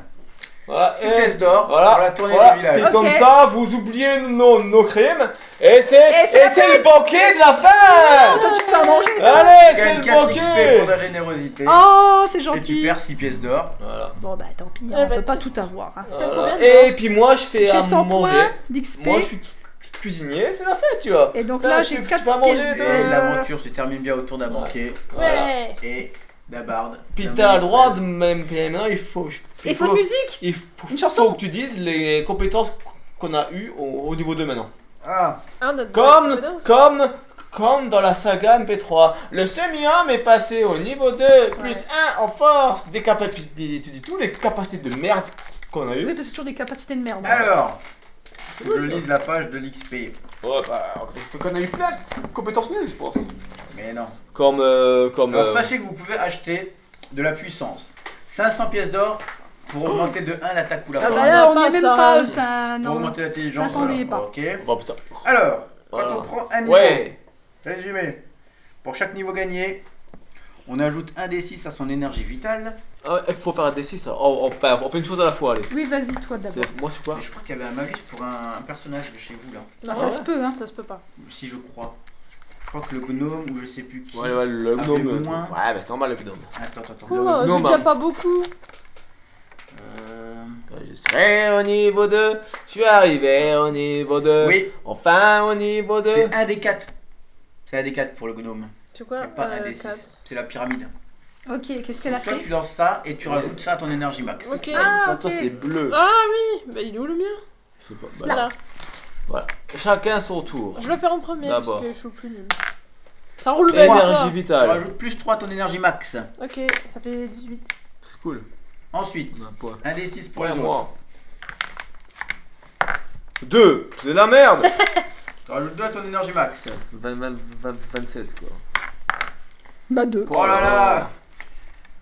Speaker 2: Voilà,
Speaker 1: 6
Speaker 2: et-
Speaker 1: pièces d'or
Speaker 2: voilà,
Speaker 1: pour la tournée
Speaker 2: voilà,
Speaker 1: du village.
Speaker 2: puis comme
Speaker 4: Ok.
Speaker 2: ça, vous oubliez nos, nos crimes, et c'est
Speaker 4: Et c'est
Speaker 2: et
Speaker 4: la
Speaker 2: c'est le banquet de la fin
Speaker 4: Toi, tu te fais à manger, ça
Speaker 2: Allez,
Speaker 1: Tu
Speaker 2: c'est
Speaker 1: gagnes
Speaker 2: le
Speaker 1: 4 XP pour
Speaker 2: banquet
Speaker 1: ta générosité.
Speaker 2: ah,
Speaker 4: Oh, c'est
Speaker 1: Et tu
Speaker 4: gentil.
Speaker 1: perds 6 pièces d'or.
Speaker 2: Voilà,
Speaker 4: Bon, bah tant pis, hein,
Speaker 3: Ouais,
Speaker 4: on peut
Speaker 3: bah,
Speaker 4: pas tout avoir.
Speaker 1: Euh,
Speaker 4: hein.
Speaker 2: voilà.
Speaker 3: combien de
Speaker 2: Et puis moi, je fais à
Speaker 4: J'ai 100
Speaker 2: manger.
Speaker 4: points d'XP.
Speaker 2: Moi, je suis cuisinier, c'est la fête, tu vois.
Speaker 4: Et donc
Speaker 2: Là,
Speaker 4: là,
Speaker 2: tu-
Speaker 4: j'ai
Speaker 2: tu
Speaker 4: 4
Speaker 2: vas manger,
Speaker 1: Et
Speaker 4: pièces
Speaker 2: toi. Euh,
Speaker 4: d'or.
Speaker 1: l'aventure se termine bien autour d'un
Speaker 2: Ouais.
Speaker 1: banquier
Speaker 2: Voilà.
Speaker 3: Ouais.
Speaker 1: et d'un barde.
Speaker 2: Puis
Speaker 1: D'un
Speaker 2: t'as le
Speaker 1: ministre.
Speaker 2: droit de même maintenant, il faut.
Speaker 4: Il faut de musique
Speaker 2: Il faut,
Speaker 4: Une chanson
Speaker 2: faut que tu dises les compétences qu'on a eues au, au niveau 2 maintenant.
Speaker 1: Ah,
Speaker 3: Un autre
Speaker 2: Comme,
Speaker 3: bonus.
Speaker 2: comme, comme dans la saga MP3, le semi-homme est passé au niveau 2, plus 1 en force, des capacités, tu dis toutes les capacités de merde qu'on a
Speaker 4: Oui,
Speaker 2: eues.
Speaker 4: parce que c'est toujours des capacités de merde. hein.
Speaker 1: alors, je lise la page de l'XP.
Speaker 2: Ouais, bah, on- qu'on a eu plein de compétences nulles, je pense.
Speaker 1: Mais non.
Speaker 2: Comme, euh, comme.
Speaker 1: Alors
Speaker 2: euh,
Speaker 1: sachez que vous pouvez acheter de la puissance. 500 pièces d'or
Speaker 2: Oh.
Speaker 1: Pour augmenter de 1 l'attaque ou la
Speaker 4: Ah
Speaker 1: force.
Speaker 4: bah là, on
Speaker 3: pas
Speaker 4: n'y est même
Speaker 3: ça.
Speaker 4: pas. Ça,
Speaker 1: Pour
Speaker 4: non.
Speaker 1: augmenter l'intelligence.
Speaker 4: Ça, ça, on n'y est
Speaker 1: voilà.
Speaker 4: pas.
Speaker 1: Ok.
Speaker 2: Bon putain.
Speaker 1: Alors, quand
Speaker 2: Voilà.
Speaker 1: on prend un niveau,
Speaker 2: Euh, Ouais.
Speaker 1: résumé, pour chaque niveau gagné, on ajoute un D6 à son énergie vitale.
Speaker 2: Ah ouais, faut faire un D6. hein. On, on, perd. on fait une chose à la fois, allez.
Speaker 4: Oui, vas-y, toi d'abord.
Speaker 2: C'est- Moi, je suis quoi
Speaker 1: Et je crois qu'il y avait un malus pour un, un personnage de chez vous là.
Speaker 4: Bah,
Speaker 2: Ouais.
Speaker 4: ça se peut, hein.
Speaker 3: Ça se peut pas.
Speaker 1: Si je crois. Je crois que le gnome ou je sais plus qui.
Speaker 2: Ouais, ouais, le
Speaker 1: Ah,
Speaker 2: gnome.
Speaker 1: mais
Speaker 2: euh,
Speaker 1: moins.
Speaker 2: Ouais, bah c'est normal le gnome.
Speaker 1: Attends, attends, attends.
Speaker 3: Oh, j'ai
Speaker 4: bah.
Speaker 2: gnome,
Speaker 3: déjà
Speaker 2: hein.
Speaker 3: pas beaucoup.
Speaker 1: Euh,
Speaker 2: Je serai au niveau 2. Je suis arrivé au niveau 2.
Speaker 1: Oui,
Speaker 2: Enfin au niveau 2.
Speaker 1: c'est un des 4. C'est un des 4 pour le gnome.
Speaker 3: Tu
Speaker 1: Il
Speaker 3: quoi
Speaker 1: a pas un
Speaker 3: euh,
Speaker 1: des
Speaker 3: quatre
Speaker 1: 6. C'est la pyramide.
Speaker 4: Ok, qu'est-ce qu'elle a
Speaker 1: Toi,
Speaker 4: fait
Speaker 1: tu lances ça et tu rajoutes ça à ton énergie max.
Speaker 3: Ok.
Speaker 4: Ah,
Speaker 2: Attends,
Speaker 4: ok.
Speaker 2: c'est bleu.
Speaker 3: Ah oui Bah il est où le mien
Speaker 2: Je sais pas. bah,
Speaker 3: Là, là.
Speaker 2: Voilà. Chacun son tour.
Speaker 3: Je vais le faire en premier
Speaker 2: D'abord.
Speaker 3: parce que je suis plus nul. Ça roule bien
Speaker 2: Énergie
Speaker 3: toi.
Speaker 1: Tu
Speaker 2: vitale.
Speaker 1: rajoutes plus 3 à ton énergie max.
Speaker 3: Ok, ça fait 18.
Speaker 2: C'est cool.
Speaker 1: Ensuite,
Speaker 2: On a un point.
Speaker 1: un des 6 pour
Speaker 2: Pour les
Speaker 1: les autres.
Speaker 2: moi. 2. C'est de la merde.
Speaker 1: Tu rajoutes 2 à ton énergie max.
Speaker 2: 20, 20, 20, 27 quoi.
Speaker 4: Bah, deux.
Speaker 1: Oh là là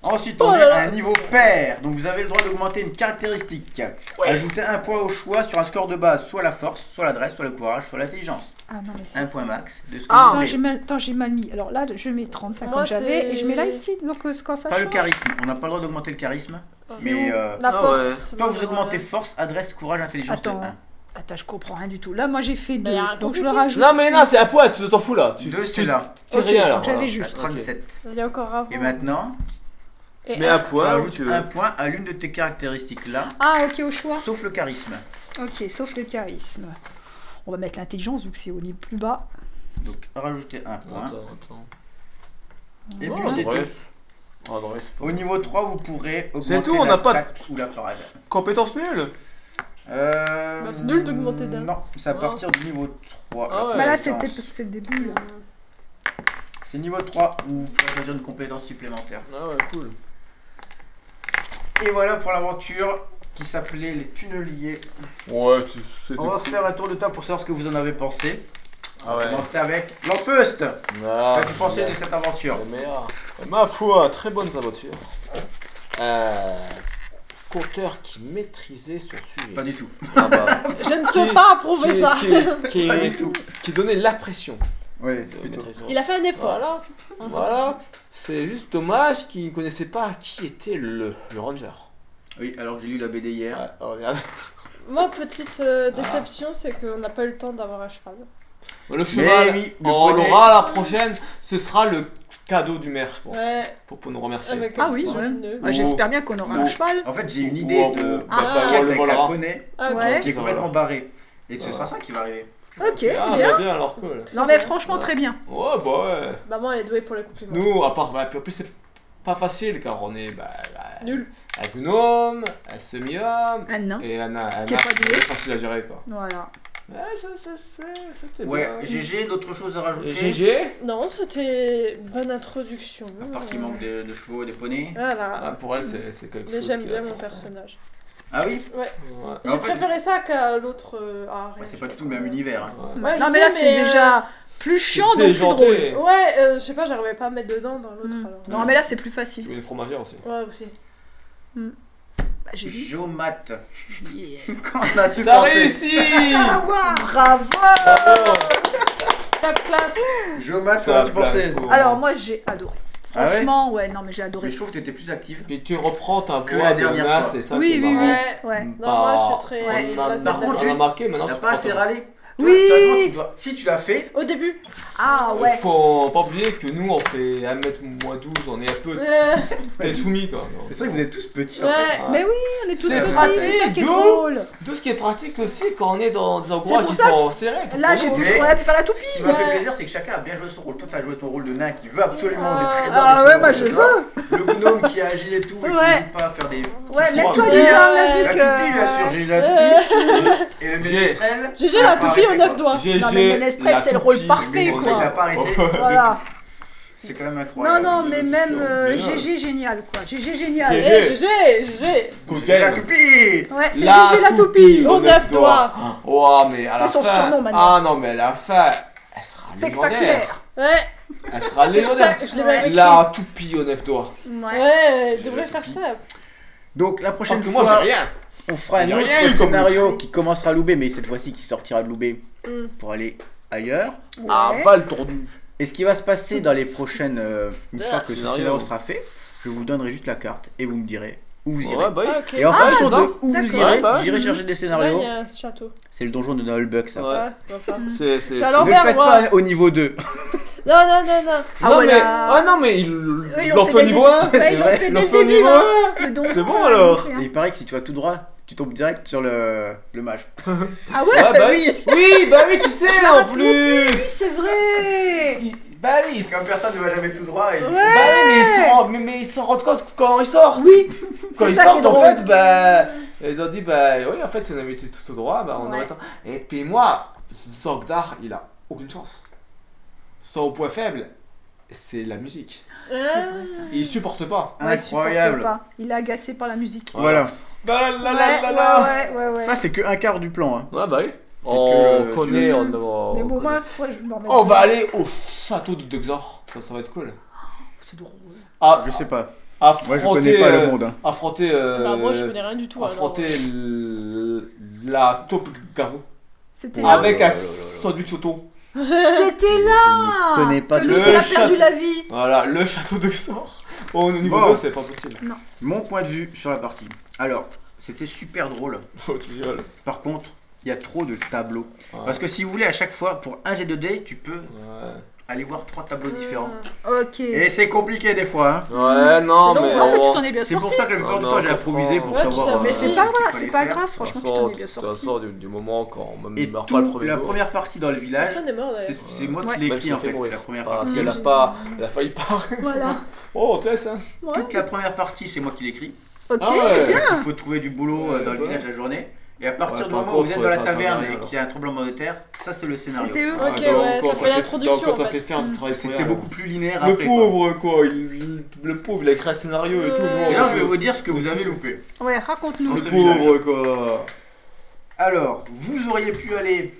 Speaker 1: Ensuite, on
Speaker 3: Oh là
Speaker 1: est à
Speaker 3: là.
Speaker 1: un niveau pair, donc vous avez le droit d'augmenter une caractéristique. Ajoutez un point au choix sur un score de base, soit la force, soit l'adresse, soit le courage, soit l'intelligence.
Speaker 4: Ah non, mais c'est.
Speaker 1: Un point max de ce que
Speaker 2: Ah,
Speaker 1: vous
Speaker 4: Attends,
Speaker 1: voulez.
Speaker 4: j'ai mal, attends, j'ai mal mis. Alors là, je mets 35
Speaker 3: Moi,
Speaker 4: comme j'avais
Speaker 3: c'est-
Speaker 4: et je mets là ici. Donc, euh, ce qu'on ça
Speaker 1: Pas le
Speaker 4: change.
Speaker 1: charisme, on n'a pas le droit d'augmenter le charisme,
Speaker 3: C'est
Speaker 1: mais
Speaker 3: où
Speaker 1: euh,
Speaker 3: La
Speaker 2: Ah
Speaker 3: force.
Speaker 1: soit
Speaker 3: moi,
Speaker 1: vous
Speaker 3: j'aimerais
Speaker 1: augmentez
Speaker 3: bien.
Speaker 1: force, adresse, courage, intelligence de
Speaker 4: Attends.
Speaker 1: 1.
Speaker 4: Attends, je comprends rien du tout. Là, moi, j'ai fait
Speaker 3: Mais
Speaker 4: deux.
Speaker 3: y a un
Speaker 4: Donc, je le
Speaker 3: compliqué.
Speaker 4: rajoute.
Speaker 2: Non mais non, c'est un point, tu t'en fous là. Tu,
Speaker 1: 2
Speaker 2: tu-
Speaker 1: c'est là,
Speaker 2: tu-
Speaker 4: Ok,
Speaker 2: rien là.
Speaker 4: donc j'avais
Speaker 2: voilà.
Speaker 4: juste.
Speaker 1: à 37.
Speaker 3: Il y a encore avant.
Speaker 1: Et maintenant,
Speaker 3: Et
Speaker 2: Mais
Speaker 3: un-
Speaker 2: un point, où
Speaker 1: rajoute
Speaker 2: tu veux.
Speaker 1: un point à l'une de tes caractéristiques là,
Speaker 4: Ah, ok, au choix.
Speaker 1: sauf le charisme.
Speaker 4: Ok, sauf le charisme. On va mettre l'intelligence vu que c'est au niveau plus bas.
Speaker 1: Donc rajoutez un point.
Speaker 2: Attends, attends.
Speaker 1: Et
Speaker 3: Oh,
Speaker 1: puis
Speaker 2: En
Speaker 1: c'est
Speaker 2: vrai,
Speaker 1: tout.
Speaker 2: c'est- en vrai, c'est pas-
Speaker 1: Au niveau 3, vous pourrez
Speaker 2: C'est
Speaker 1: augmenter
Speaker 2: tout, on n'a pas de-
Speaker 1: l'attaque ou la parade.
Speaker 2: Compétence nulle
Speaker 1: Euh...
Speaker 3: Bah, c'est nul d'augmenter d'un.
Speaker 1: Non, c'est à
Speaker 3: Oh.
Speaker 1: partir du niveau 3.
Speaker 2: Ah ouais.
Speaker 4: bah là,
Speaker 1: c'était
Speaker 4: c'était parce que c'est le début. Là.
Speaker 1: C'est niveau 3 où vous pouvez choisir une compétence supplémentaire.
Speaker 2: Ah ouais, cool.
Speaker 1: Et voilà pour l'aventure qui s'appelait les tunneliers.
Speaker 2: Ouais, c'est- c'était
Speaker 1: On va
Speaker 2: cool.
Speaker 1: faire un tour de table pour savoir ce que vous en avez pensé.
Speaker 2: Ah
Speaker 1: On va
Speaker 2: ouais.
Speaker 1: commencer avec l'enfeust.
Speaker 2: Ah,
Speaker 1: Qu'as-tu pensé de
Speaker 2: génial.
Speaker 1: cette aventure
Speaker 2: La meilleure. Ma foi, très bonne aventure. Euh, conteur qui maîtrisait son sujet.
Speaker 1: Pas du tout.
Speaker 2: Ah bah,
Speaker 3: Je ne
Speaker 2: Qui-
Speaker 3: peux pas approuver
Speaker 2: qui,
Speaker 3: ça.
Speaker 2: qui- qui-
Speaker 1: Pas du tout.
Speaker 2: qui donnait l'impression
Speaker 1: Oui,
Speaker 2: de
Speaker 1: plutôt.
Speaker 2: maîtriser.
Speaker 3: Il a fait un effort.
Speaker 2: Voilà, voilà. C'est juste dommage qu'il ne connaissait pas qui était le, le ranger.
Speaker 1: Oui, alors que j'ai lu la BD hier.
Speaker 2: Ouais, oh, regarde.
Speaker 3: Moi, petite euh, déception, c'est qu'on n'a pas eu le temps d'avoir un cheval.
Speaker 2: Le
Speaker 1: Mais
Speaker 2: cheval,
Speaker 1: oui, le
Speaker 2: on
Speaker 1: poney.
Speaker 2: l'aura la prochaine. Ce sera le cadeau du maire, je pense.
Speaker 3: Ouais,
Speaker 2: Pour, pour nous remercier.
Speaker 3: avec euh,
Speaker 4: Ah
Speaker 3: un
Speaker 4: oui,
Speaker 3: petit
Speaker 4: ouais.
Speaker 3: nœud.
Speaker 4: Bah, J'espère bien qu'on aura
Speaker 2: Oh.
Speaker 4: un cheval.
Speaker 1: En fait, j'ai
Speaker 2: Ou-
Speaker 1: une
Speaker 2: ou
Speaker 1: idée
Speaker 2: on-
Speaker 1: de
Speaker 2: bah,
Speaker 3: Ah.
Speaker 1: quête
Speaker 2: bah, on le
Speaker 1: avec un
Speaker 2: volera.
Speaker 1: poney
Speaker 3: Ah, ok.
Speaker 4: Ouais.
Speaker 1: qui est complètement barré. Et ce sera ça qui va arriver.
Speaker 4: Ok,
Speaker 2: Ah,
Speaker 4: bien.
Speaker 2: bah, bien, alors cool.
Speaker 4: Non, mais franchement, très bien.
Speaker 2: Ouais, bah ouais.
Speaker 3: Maman, elle est douée pour les compliments.
Speaker 2: Nous, à part. Bah, puis en plus, c'est pas facile car on est. Bah, bah,
Speaker 3: Nul.
Speaker 2: Un gnome, un semi-homme.
Speaker 4: Un nain.
Speaker 2: Et un un
Speaker 4: Qui est pas doué.
Speaker 2: C'est facile à gérer quoi.
Speaker 4: Voilà.
Speaker 2: Ouais, ça, ça, ça, c'était
Speaker 1: Ouais,
Speaker 2: bien.
Speaker 1: GG, d'autres choses à rajouter
Speaker 2: GG.
Speaker 3: Non, c'était une bonne introduction.
Speaker 1: À part qu'il manque de, de chevaux, des bah, poneys.
Speaker 2: Ah,
Speaker 3: Voilà.
Speaker 2: pour elle, c'est c'est quelque
Speaker 3: Mais
Speaker 2: chose.
Speaker 3: j'aime
Speaker 2: qui est
Speaker 3: bien mon
Speaker 2: important.
Speaker 3: personnage.
Speaker 1: Ah oui
Speaker 2: Ouais.
Speaker 1: Mais
Speaker 3: J'ai
Speaker 1: en fait-
Speaker 3: préféré ça qu'à l'autre. euh, ah,
Speaker 1: Ouais,
Speaker 3: rien,
Speaker 1: bah, C'est
Speaker 3: je
Speaker 1: pas
Speaker 3: sais
Speaker 1: du tout le même univers. hein.
Speaker 2: Ouais.
Speaker 3: Ouais, je
Speaker 4: non, mais
Speaker 3: sais,
Speaker 4: là, c'est
Speaker 3: euh,
Speaker 4: déjà plus chiant,
Speaker 2: T'es
Speaker 4: donc plus
Speaker 2: gentil.
Speaker 4: drôle.
Speaker 3: Ouais, euh, je sais pas, j'arrivais pas à mettre dedans dans l'autre
Speaker 4: Mm.
Speaker 3: alors.
Speaker 4: Non, mais là, c'est plus
Speaker 2: Je
Speaker 4: facile.
Speaker 2: voulais une fromagère aussi.
Speaker 3: Ouais, aussi.
Speaker 4: Bah, j'ai dit.
Speaker 1: Jomat. Qu'en as-tu
Speaker 2: T'as
Speaker 1: pensé
Speaker 2: réussi
Speaker 1: Bravo
Speaker 2: Bravo
Speaker 3: Clap, clap
Speaker 1: Jomat, qu'en
Speaker 2: Ça
Speaker 1: as-tu pensé
Speaker 2: plaque.
Speaker 4: Alors, moi, j'ai adoré.
Speaker 1: Ah ouais
Speaker 4: Franchement, ouais, non, mais j'ai
Speaker 1: Mais
Speaker 4: adoré.
Speaker 1: je trouve que t'étais plus active.
Speaker 2: Et tu reprends ta voix
Speaker 1: Que la
Speaker 2: de
Speaker 1: dernière
Speaker 2: nain,
Speaker 1: fois.
Speaker 2: c'est ça
Speaker 4: Oui,
Speaker 2: qui est
Speaker 4: oui,
Speaker 2: marrant.
Speaker 3: Ouais.
Speaker 4: Ouais.
Speaker 3: Non, moi, je suis très-
Speaker 2: on a-
Speaker 3: Ouais.
Speaker 2: on
Speaker 1: Par
Speaker 2: a-
Speaker 1: contre,
Speaker 2: on a
Speaker 1: juste,
Speaker 2: marqué maintenant.
Speaker 1: T'as
Speaker 2: tu
Speaker 1: pas
Speaker 2: prends
Speaker 1: assez
Speaker 2: ta-
Speaker 1: râlé Toi,
Speaker 4: Oui.
Speaker 1: toi, tu dois- Si tu l'as fait,
Speaker 3: Au début
Speaker 4: Ah,
Speaker 2: Il
Speaker 4: ouais.
Speaker 2: Faut pas oublier que nous, on fait 1m moins 12, on est un peu.
Speaker 3: Euh,
Speaker 2: T'es soumis quoi.
Speaker 1: c'est vrai que vous êtes tous petits. en fait.
Speaker 3: Ouais.
Speaker 2: Ouais.
Speaker 4: Mais oui, on est tous
Speaker 2: C'est
Speaker 4: petits,
Speaker 2: pratique,
Speaker 4: c'est ça qui est
Speaker 2: d'où
Speaker 4: drôle.
Speaker 2: Tout ce qui est pratique aussi quand on est dans des endroits
Speaker 4: pour
Speaker 2: qui
Speaker 4: ça
Speaker 2: sont serrés. pour
Speaker 4: Là,
Speaker 2: qu'on-
Speaker 4: j'ai pu,
Speaker 1: Mais-
Speaker 4: on a pu faire la
Speaker 1: Ce qui
Speaker 4: toupie.
Speaker 1: m'a fait
Speaker 3: Ouais.
Speaker 1: plaisir, c'est que chacun a bien joué son rôle. Toi, t'as joué ton rôle de nain qui veut absolument
Speaker 3: Ah.
Speaker 1: des trésors.
Speaker 4: Ah
Speaker 1: des
Speaker 4: ouais,
Speaker 1: trésors,
Speaker 4: moi
Speaker 1: des
Speaker 4: je
Speaker 1: trésors.
Speaker 4: veux.
Speaker 1: Le gnome qui est agile et tout, et qui
Speaker 4: Ouais.
Speaker 1: n'hésite pas à faire des.
Speaker 4: Ouais, même toi,
Speaker 2: Ouais.
Speaker 4: Lisa, on a vu
Speaker 1: La
Speaker 4: que.
Speaker 1: toupie, bien sûr, j'ai la
Speaker 3: Euh.
Speaker 1: toupie. Et le
Speaker 2: J'ai-
Speaker 1: ménestrel.
Speaker 3: GG
Speaker 1: il a
Speaker 3: la
Speaker 1: pas
Speaker 3: toupie
Speaker 1: arrêté,
Speaker 3: aux
Speaker 1: quoi.
Speaker 3: 9 doigts.
Speaker 2: GG,
Speaker 4: Non, mais Ménestrel,
Speaker 2: la
Speaker 4: c'est le
Speaker 2: toupie.
Speaker 4: rôle parfait,
Speaker 1: Mais
Speaker 4: quoi.
Speaker 1: bon, il a pas arrêté.
Speaker 4: Voilà.
Speaker 1: C'est quand même
Speaker 4: Non,
Speaker 1: incroyable.
Speaker 4: non, mais même euh,
Speaker 2: Génial.
Speaker 4: GG génial, quoi. GG génial.
Speaker 2: Gé-
Speaker 3: Eh, GG, GG
Speaker 2: Good
Speaker 1: J'ai la
Speaker 2: game.
Speaker 1: toupie
Speaker 4: Ouais, c'est
Speaker 2: La
Speaker 4: GG la
Speaker 2: toupie
Speaker 4: toupie.
Speaker 3: Au
Speaker 2: Au
Speaker 3: neuf
Speaker 2: neuf doigts.
Speaker 3: doigts
Speaker 2: Oh, mais à
Speaker 4: C'est
Speaker 2: la
Speaker 4: son
Speaker 2: fin.
Speaker 4: surnom, maintenant.
Speaker 2: Ah non, mais à la fin, elle sera légendaire.
Speaker 4: Spectaculaire.
Speaker 3: Ouais,
Speaker 2: Elle sera
Speaker 3: c'est pour ça
Speaker 2: légendaire.
Speaker 3: que je l'ai même écrit.
Speaker 2: La toupie aux neuf doigts.
Speaker 3: euh,
Speaker 4: Ouais.
Speaker 3: Ouais, il devrait faire ça.
Speaker 1: Donc la
Speaker 2: Parce
Speaker 1: prochaine
Speaker 2: que
Speaker 1: fois,
Speaker 2: Oh, moi, j'ai rien.
Speaker 1: on fera un
Speaker 2: j'ai
Speaker 1: autre
Speaker 2: rien eu comme
Speaker 1: scénario
Speaker 2: outil.
Speaker 1: qui commencera à Loubet, mais cette fois-ci qui sortira de Loubet
Speaker 3: Hmm.
Speaker 1: pour aller ailleurs.
Speaker 2: Ah,
Speaker 4: Ouais.
Speaker 2: pas le tordu.
Speaker 1: Et ce qui va se passer dans les prochaines. euh, une
Speaker 2: Ah,
Speaker 1: fois que ce
Speaker 2: scénario.
Speaker 1: scénario sera fait, je vous donnerai juste la carte et vous me direz où vous irez.
Speaker 2: Ouais, bah oui.
Speaker 3: Ah, ok.
Speaker 1: Et en
Speaker 2: Ah,
Speaker 1: fonction
Speaker 2: c'est ça.
Speaker 1: de où vous
Speaker 4: D'accord.
Speaker 1: irez,
Speaker 2: Ouais, bah ouais.
Speaker 1: j'irai chercher des
Speaker 3: Là,
Speaker 1: scénarios.
Speaker 3: il y a un château.
Speaker 1: C'est le donjon de Noël Buck, ça.
Speaker 2: Ouais.
Speaker 3: Ouais, je vois pas.
Speaker 2: C'est, c'est,
Speaker 3: Je suis à
Speaker 2: c'est-
Speaker 1: Ne le
Speaker 3: L'envers,
Speaker 1: faites
Speaker 3: moi.
Speaker 1: pas au niveau 2.
Speaker 3: Non, non, non, non.
Speaker 4: Ah,
Speaker 2: non,
Speaker 4: voilà.
Speaker 2: mais... ah non, mais il
Speaker 4: Eux,
Speaker 2: l'en fait au niveau 1
Speaker 4: Ouais, ils l'ont
Speaker 1: vrai,
Speaker 4: fait
Speaker 2: Ils
Speaker 4: dès
Speaker 2: l'ont
Speaker 4: le
Speaker 2: fait au
Speaker 4: début,
Speaker 2: niveau
Speaker 4: hein.
Speaker 2: 1
Speaker 4: Le don,
Speaker 2: C'est bon,
Speaker 4: euh,
Speaker 2: alors.
Speaker 4: ils l'ont
Speaker 1: Et
Speaker 4: fait,
Speaker 1: il paraît que si tu vas tout droit, tu tombes direct sur le, le mage.
Speaker 4: hein. Ah ouais
Speaker 2: Ouais, bah oui Oui, bah oui, tu sais, en plus
Speaker 4: C'est vrai
Speaker 2: Il- Bah oui,
Speaker 1: Comme personne ne va jamais tout droit, et...
Speaker 2: Bah
Speaker 4: Ouais
Speaker 2: oui, mais ils se rendent, mais, mais ils s'en rendent compte quand ils sortent.
Speaker 4: Oui,
Speaker 2: quand
Speaker 4: c'est
Speaker 2: ils
Speaker 4: ça qui est
Speaker 2: sortent, en
Speaker 4: drôle.
Speaker 2: fait, bah, ils ont dit, bah oui, en fait, si on avait été tout au droit, bah on
Speaker 4: Ouais.
Speaker 2: aurait tant- Et puis moi, Zogdar, il a aucune chance. Son point faible, c'est la musique.
Speaker 4: c'est
Speaker 3: Euh,
Speaker 4: vrai ça.
Speaker 2: Il supporte pas.
Speaker 4: Ouais, il supporte
Speaker 1: Incroyable.
Speaker 4: pas. Il est agacé par la musique.
Speaker 1: Voilà.
Speaker 2: Bah, la, la,
Speaker 4: ouais,
Speaker 2: la, la.
Speaker 4: ouais, ouais, ouais, ouais.
Speaker 1: Ça, c'est que un quart du plan. hein.
Speaker 2: Ouais, bah oui.
Speaker 1: C'est
Speaker 2: On
Speaker 1: que, euh,
Speaker 2: connaît,
Speaker 4: tu-
Speaker 2: on, on-
Speaker 4: Mais
Speaker 2: on
Speaker 4: bon,
Speaker 2: connaît.
Speaker 4: moi, faut- je m'en remets.
Speaker 2: On va aller au château de Duxor. Ça, ça va être cool.
Speaker 4: C'est drôle.
Speaker 2: Ah,
Speaker 1: Je sais pas.
Speaker 2: affronter,
Speaker 1: Moi, je connais pas
Speaker 2: euh,
Speaker 1: le monde. hein.
Speaker 2: affronter, euh,
Speaker 3: Bah, moi, je connais rien du tout. alors.
Speaker 2: affronter l- la taupe garou
Speaker 4: C'était
Speaker 1: Ah,
Speaker 4: là.
Speaker 2: avec
Speaker 1: là,
Speaker 2: un
Speaker 1: là, là, là.
Speaker 2: sandwich auto.
Speaker 4: C'était là
Speaker 1: Je connais pas
Speaker 4: Que
Speaker 1: de-
Speaker 4: Lucie a
Speaker 2: Le
Speaker 4: perdu
Speaker 2: château.
Speaker 4: la vie
Speaker 2: Voilà, le château de sort. Bon, au niveau
Speaker 1: Bon.
Speaker 2: 2, c'est pas possible.
Speaker 1: Mon point de vue sur la partie. Alors, c'était super drôle.
Speaker 2: Oh, tu rigoles.
Speaker 1: Par contre, il y a trop de tableaux.
Speaker 2: Ouais.
Speaker 1: Parce que si vous voulez, à chaque fois, pour un G2D, tu peux
Speaker 2: Ouais,
Speaker 1: aller voir trois tableaux différents.
Speaker 2: Euh.
Speaker 3: Hmm.
Speaker 4: Ok. hein,
Speaker 1: Et c'est compliqué des fois. hein.
Speaker 2: ouais non,
Speaker 4: Non,
Speaker 2: mais.
Speaker 4: ouais, mais tu
Speaker 2: on-
Speaker 4: t'en es bien
Speaker 1: C'est pour
Speaker 4: sorti.
Speaker 1: ça que la plupart
Speaker 2: Ah
Speaker 1: du
Speaker 2: non,
Speaker 1: temps, j'ai
Speaker 2: je
Speaker 1: improvisé pour
Speaker 2: comprends.
Speaker 3: Ouais, tu
Speaker 1: savoir.
Speaker 3: savais,
Speaker 4: Mais
Speaker 1: euh,
Speaker 4: c'est
Speaker 1: ce
Speaker 4: pas
Speaker 1: qu'il
Speaker 4: grave,
Speaker 1: fallait
Speaker 4: Ah, c'est pas
Speaker 1: faire.
Speaker 4: grave, franchement, tu
Speaker 2: sort-
Speaker 4: t'en es bien
Speaker 2: Ça
Speaker 4: sorti.
Speaker 2: sort du, du moment quand on
Speaker 1: Et
Speaker 2: meurt pas le
Speaker 1: tout,
Speaker 2: premier
Speaker 1: la
Speaker 2: jour.
Speaker 1: première partie dans le village,
Speaker 3: Personne n'est mort d'ailleurs.
Speaker 1: c'est c'est moi
Speaker 4: Ouais.
Speaker 1: qui
Speaker 2: Même
Speaker 1: l'ai
Speaker 2: si
Speaker 1: écrit
Speaker 2: on
Speaker 1: en
Speaker 2: fait
Speaker 1: fait,
Speaker 2: mourir.
Speaker 1: la première
Speaker 2: Voilà,
Speaker 1: partie.
Speaker 2: parce qu'elle a pas. Elle a failli par.
Speaker 4: Voilà.
Speaker 2: Oh, Tess, hein.
Speaker 1: Toute la première partie, c'est moi qui l'écris.
Speaker 4: Ok,
Speaker 2: Ah ouais.
Speaker 4: bien
Speaker 1: Il faut trouver du boulot euh, dans le
Speaker 2: Ouais.
Speaker 1: village la journée. Et à partir
Speaker 2: Ouais,
Speaker 1: du
Speaker 2: par
Speaker 1: moment où vous
Speaker 2: contre,
Speaker 1: êtes dans la
Speaker 2: ça, ça
Speaker 1: taverne
Speaker 2: va rien,
Speaker 1: et qu'il y a un tremblement de terre, ça c'est le scénario.
Speaker 4: C'était eux.
Speaker 3: Ouais.
Speaker 2: Ah,
Speaker 3: Ok,
Speaker 2: donc,
Speaker 3: ouais,
Speaker 2: quand
Speaker 3: t'as
Speaker 2: on
Speaker 3: fait
Speaker 2: fait-
Speaker 3: l'introduction,
Speaker 2: donc, quand
Speaker 3: en
Speaker 2: on fait
Speaker 3: fait.
Speaker 2: faire du travail
Speaker 1: C'était
Speaker 2: scolaire.
Speaker 1: beaucoup plus linéaire
Speaker 2: Le
Speaker 1: après. quoi.
Speaker 2: pauvre, quoi. il- Le pauvre, il a créé un scénario et tout.
Speaker 3: Ouais.
Speaker 1: Et
Speaker 2: nous, on
Speaker 1: là,
Speaker 2: fait-
Speaker 1: je vais vous dire ce que vous avez loupé.
Speaker 4: Ouais, raconte-nous.
Speaker 1: Dans ce
Speaker 2: Le pauvre, quoi.
Speaker 1: Alors, vous auriez pu aller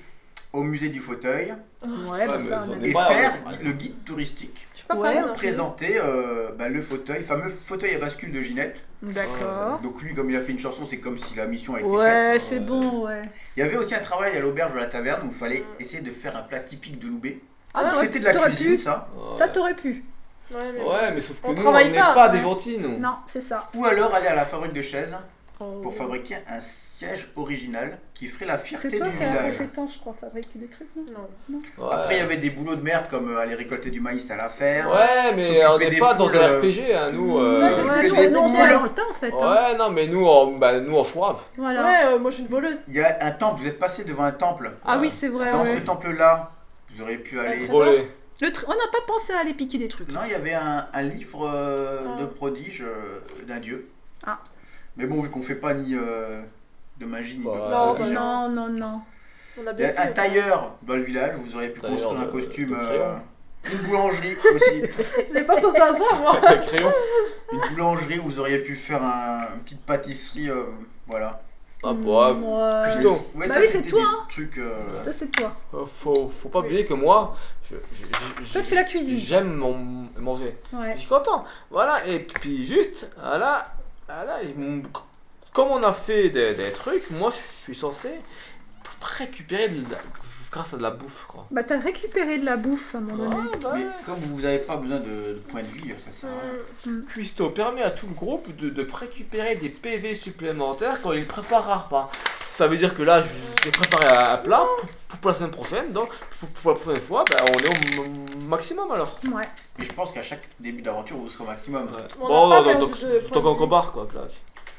Speaker 1: au musée du fauteuil
Speaker 4: Ouais,
Speaker 2: Ouais,
Speaker 4: bah
Speaker 2: mais
Speaker 4: ça,
Speaker 2: ils
Speaker 4: on
Speaker 2: ont
Speaker 4: a-
Speaker 2: des-
Speaker 1: et
Speaker 2: Ouais,
Speaker 1: faire
Speaker 2: ouais.
Speaker 1: le guide touristique
Speaker 3: Je suis pas
Speaker 4: Ouais,
Speaker 3: fan,
Speaker 1: pour
Speaker 3: hein.
Speaker 1: présenter euh, bah, le fauteuil, le fameux fauteuil à bascule de Ginette.
Speaker 4: D'accord.
Speaker 1: Donc lui, comme il a fait une chanson, c'est comme si la mission a été faite.
Speaker 4: Ouais,
Speaker 2: faite.
Speaker 4: c'est
Speaker 2: Ouais.
Speaker 4: bon, ouais.
Speaker 1: Il y avait aussi un travail à l'auberge de la taverne où il fallait
Speaker 4: Mm.
Speaker 1: essayer de faire un plat typique de Loubet.
Speaker 3: Ah,
Speaker 1: Donc,
Speaker 4: t'aurais-
Speaker 1: C'était de la
Speaker 4: t'aurais
Speaker 1: cuisine,
Speaker 4: pu-
Speaker 1: ça.
Speaker 4: Ça, t'aurais pu.
Speaker 3: Ouais, mais-
Speaker 2: Ouais, mais sauf que
Speaker 3: On
Speaker 2: nous, on
Speaker 3: travaille
Speaker 2: n'est
Speaker 3: pas,
Speaker 2: pas des
Speaker 3: ouais.
Speaker 2: gentils, nous.
Speaker 4: Non, c'est ça.
Speaker 1: Ou alors aller à la fabrique de chaises
Speaker 4: Oh.
Speaker 1: pour fabriquer un siège original qui ferait la fierté
Speaker 4: C'est
Speaker 1: du
Speaker 4: toi qui as la
Speaker 1: village.
Speaker 4: compétence, je crois, fabriquer des trucs. non
Speaker 3: Non.
Speaker 2: Ouais.
Speaker 1: Après, il y avait des boulots de merde comme euh, aller récolter du maïs à la ferme.
Speaker 2: Ouais, mais
Speaker 1: S'occuper
Speaker 2: on n'est
Speaker 1: des
Speaker 2: pas dans
Speaker 1: poules, euh,
Speaker 2: un RPG, hein, nous. euh,
Speaker 4: Ça, c'est
Speaker 1: Ouais,
Speaker 4: ça, nous,
Speaker 1: des
Speaker 4: on en fait
Speaker 1: poules.
Speaker 4: un instinct, en fait. hein.
Speaker 2: Ouais, non, mais nous, on, bah, nous, on choive.
Speaker 4: Voilà.
Speaker 3: Ouais, euh, moi, je suis une voleuse.
Speaker 1: Il y a un temple, vous êtes passé devant un temple.
Speaker 4: Ah oui, c'est vrai,
Speaker 1: Dans
Speaker 4: ouais.
Speaker 1: ce temple-là, vous auriez pu aller.
Speaker 3: Trésor.
Speaker 2: Voler.
Speaker 4: Le tr- On n'a pas pensé à aller piquer des trucs.
Speaker 1: Non, il y avait un, un livre euh,
Speaker 3: Ah.
Speaker 1: de prodige euh, d'un dieu.
Speaker 4: Ah.
Speaker 1: Mais bon, vu qu'on fait pas ni euh, de magie ni
Speaker 2: Bah,
Speaker 1: de
Speaker 2: Non,
Speaker 1: prodige,
Speaker 3: bah
Speaker 1: hein.
Speaker 4: Non, non, non.
Speaker 3: On a
Speaker 1: Il y
Speaker 3: bien
Speaker 1: a un
Speaker 3: fait.
Speaker 1: tailleur dans le village, vous auriez pu
Speaker 2: Tailleur
Speaker 1: construire un
Speaker 2: de-
Speaker 1: costume.
Speaker 2: de crayon.
Speaker 1: euh, une boulangerie aussi.
Speaker 3: J'ai pas pensé à ça, moi.
Speaker 2: Avec le crayon.
Speaker 1: une boulangerie où vous auriez pu faire un- une petite pâtisserie. euh, voilà.
Speaker 2: Ah, bah,
Speaker 4: Mm,
Speaker 3: Mm.
Speaker 4: Ouais.
Speaker 2: plutôt.
Speaker 1: Ouais,
Speaker 4: Bah
Speaker 1: ça,
Speaker 4: oui, c'est
Speaker 1: c'était
Speaker 4: toi,
Speaker 1: des
Speaker 4: hein.
Speaker 1: trucs, euh,
Speaker 4: Ça, c'est toi.
Speaker 2: euh, faut, faut pas oublier que moi. Je, je- je-
Speaker 4: Toi, tu fais la cuisine.
Speaker 2: J'aime mon- manger.
Speaker 4: Ouais.
Speaker 2: Je suis content. Voilà, et puis juste, ah voilà, voilà, et mon- comme on a fait des, des trucs, moi, je suis censé récupérer de la- grâce à de la bouffe, quoi.
Speaker 4: Bah, t'as récupéré de la bouffe, à
Speaker 3: Ah
Speaker 4: un moment donné.
Speaker 2: Ouais, bah,
Speaker 1: Mais
Speaker 2: ouais.
Speaker 1: comme vous n'avez pas besoin de, de points de vie, ça sert à rien.
Speaker 3: Hmm.
Speaker 2: Cuisto permet à tout le groupe de, de récupérer des PV supplémentaires quand il prépare un repas. Ça veut dire que là, je- j'ai préparé un un plat pour, pour la semaine prochaine, donc pour, pour la prochaine fois, bah, on est au m- maximum alors.
Speaker 4: Ouais.
Speaker 1: Et je pense qu'à chaque début d'aventure, vous serez au maximum.
Speaker 2: Ouais.
Speaker 3: On n'a pas
Speaker 2: donc,
Speaker 3: perdu
Speaker 2: donc,
Speaker 3: de points
Speaker 2: donc
Speaker 3: de
Speaker 2: on
Speaker 3: vue.
Speaker 2: compare quoi, clac.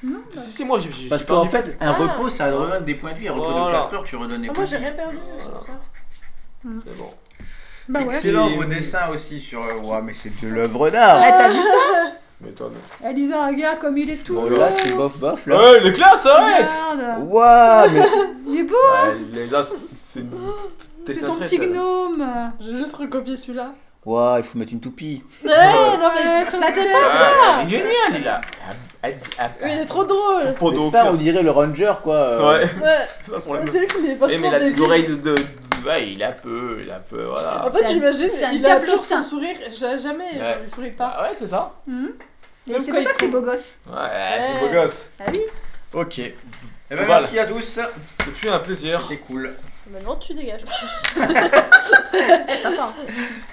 Speaker 4: Non, bah.
Speaker 2: Si, si, moi j'ai. j'ai-
Speaker 1: Parce
Speaker 2: j'ai
Speaker 1: qu'en
Speaker 2: perdu.
Speaker 1: fait, un
Speaker 3: Ah.
Speaker 1: repos, ça redonne des points de vie. Un repos
Speaker 2: Voilà.
Speaker 1: de 4 heures, tu redonnes des
Speaker 3: Ah,
Speaker 1: points
Speaker 3: moi,
Speaker 1: de vie.
Speaker 3: j'ai rien perdu.
Speaker 2: Voilà. C'est bon.
Speaker 4: Bah ouais.
Speaker 1: Excellent
Speaker 2: Et-
Speaker 1: vos dessins aussi sur. euh, Ouah, mais c'est de l'œuvre d'art.
Speaker 4: Ah, t'as vu ça
Speaker 2: Mais toi, non.
Speaker 4: Elisa, regarde comme il est tout
Speaker 2: Bon,
Speaker 4: beau.
Speaker 2: là,
Speaker 1: bof bof
Speaker 2: Ouais, les classes, hein, arrête
Speaker 4: Regarde.
Speaker 1: Ouah, mais.
Speaker 4: Il est beau.
Speaker 2: Bah, Les gars, c'est. une-
Speaker 4: C'est
Speaker 2: un
Speaker 4: son
Speaker 2: trait,
Speaker 4: petit
Speaker 2: ça.
Speaker 4: gnome.
Speaker 3: J'ai juste recopié celui-là.
Speaker 1: Ouah, il faut mettre une toupie.
Speaker 3: Eh, non, mais
Speaker 4: Ouais,
Speaker 3: je-
Speaker 4: sur la tête.
Speaker 2: Ah, il est génial, il a.
Speaker 3: Mais il est trop drôle.
Speaker 1: Mais ça, on dirait le ranger, quoi. euh,
Speaker 2: Oh, euh. Ouais.
Speaker 3: Ouais,
Speaker 2: Ça, pour
Speaker 3: on
Speaker 2: les
Speaker 3: dirait qu'il est vachement
Speaker 2: Eh, mais il a des
Speaker 3: débile.
Speaker 2: oreilles de. de- de- Ouais, il a peu, il a peu, voilà.
Speaker 3: En fait,
Speaker 4: Ah, C'est un-
Speaker 3: j'imagine,
Speaker 4: c'est un
Speaker 3: il a toujours
Speaker 4: diablotin.
Speaker 3: son sourire. J'ai- Jamais,
Speaker 2: Ah Ouais.
Speaker 3: je ne souris pas.
Speaker 2: Bah ouais, c'est ça.
Speaker 4: Mhm. Mais
Speaker 3: Même
Speaker 4: c'est
Speaker 3: quand
Speaker 4: pour
Speaker 3: il
Speaker 4: ça que c'est beau gosse.
Speaker 2: Ouais, c'est
Speaker 3: Ouais.
Speaker 2: beau gosse.
Speaker 4: Ah oui
Speaker 1: Ok. Eh ben,
Speaker 2: Voilà.
Speaker 1: merci à tous.
Speaker 2: Ce fut un plaisir.
Speaker 4: Ah.
Speaker 1: C'était cool.
Speaker 3: Maintenant, tu dégages.
Speaker 4: Eh, sympa.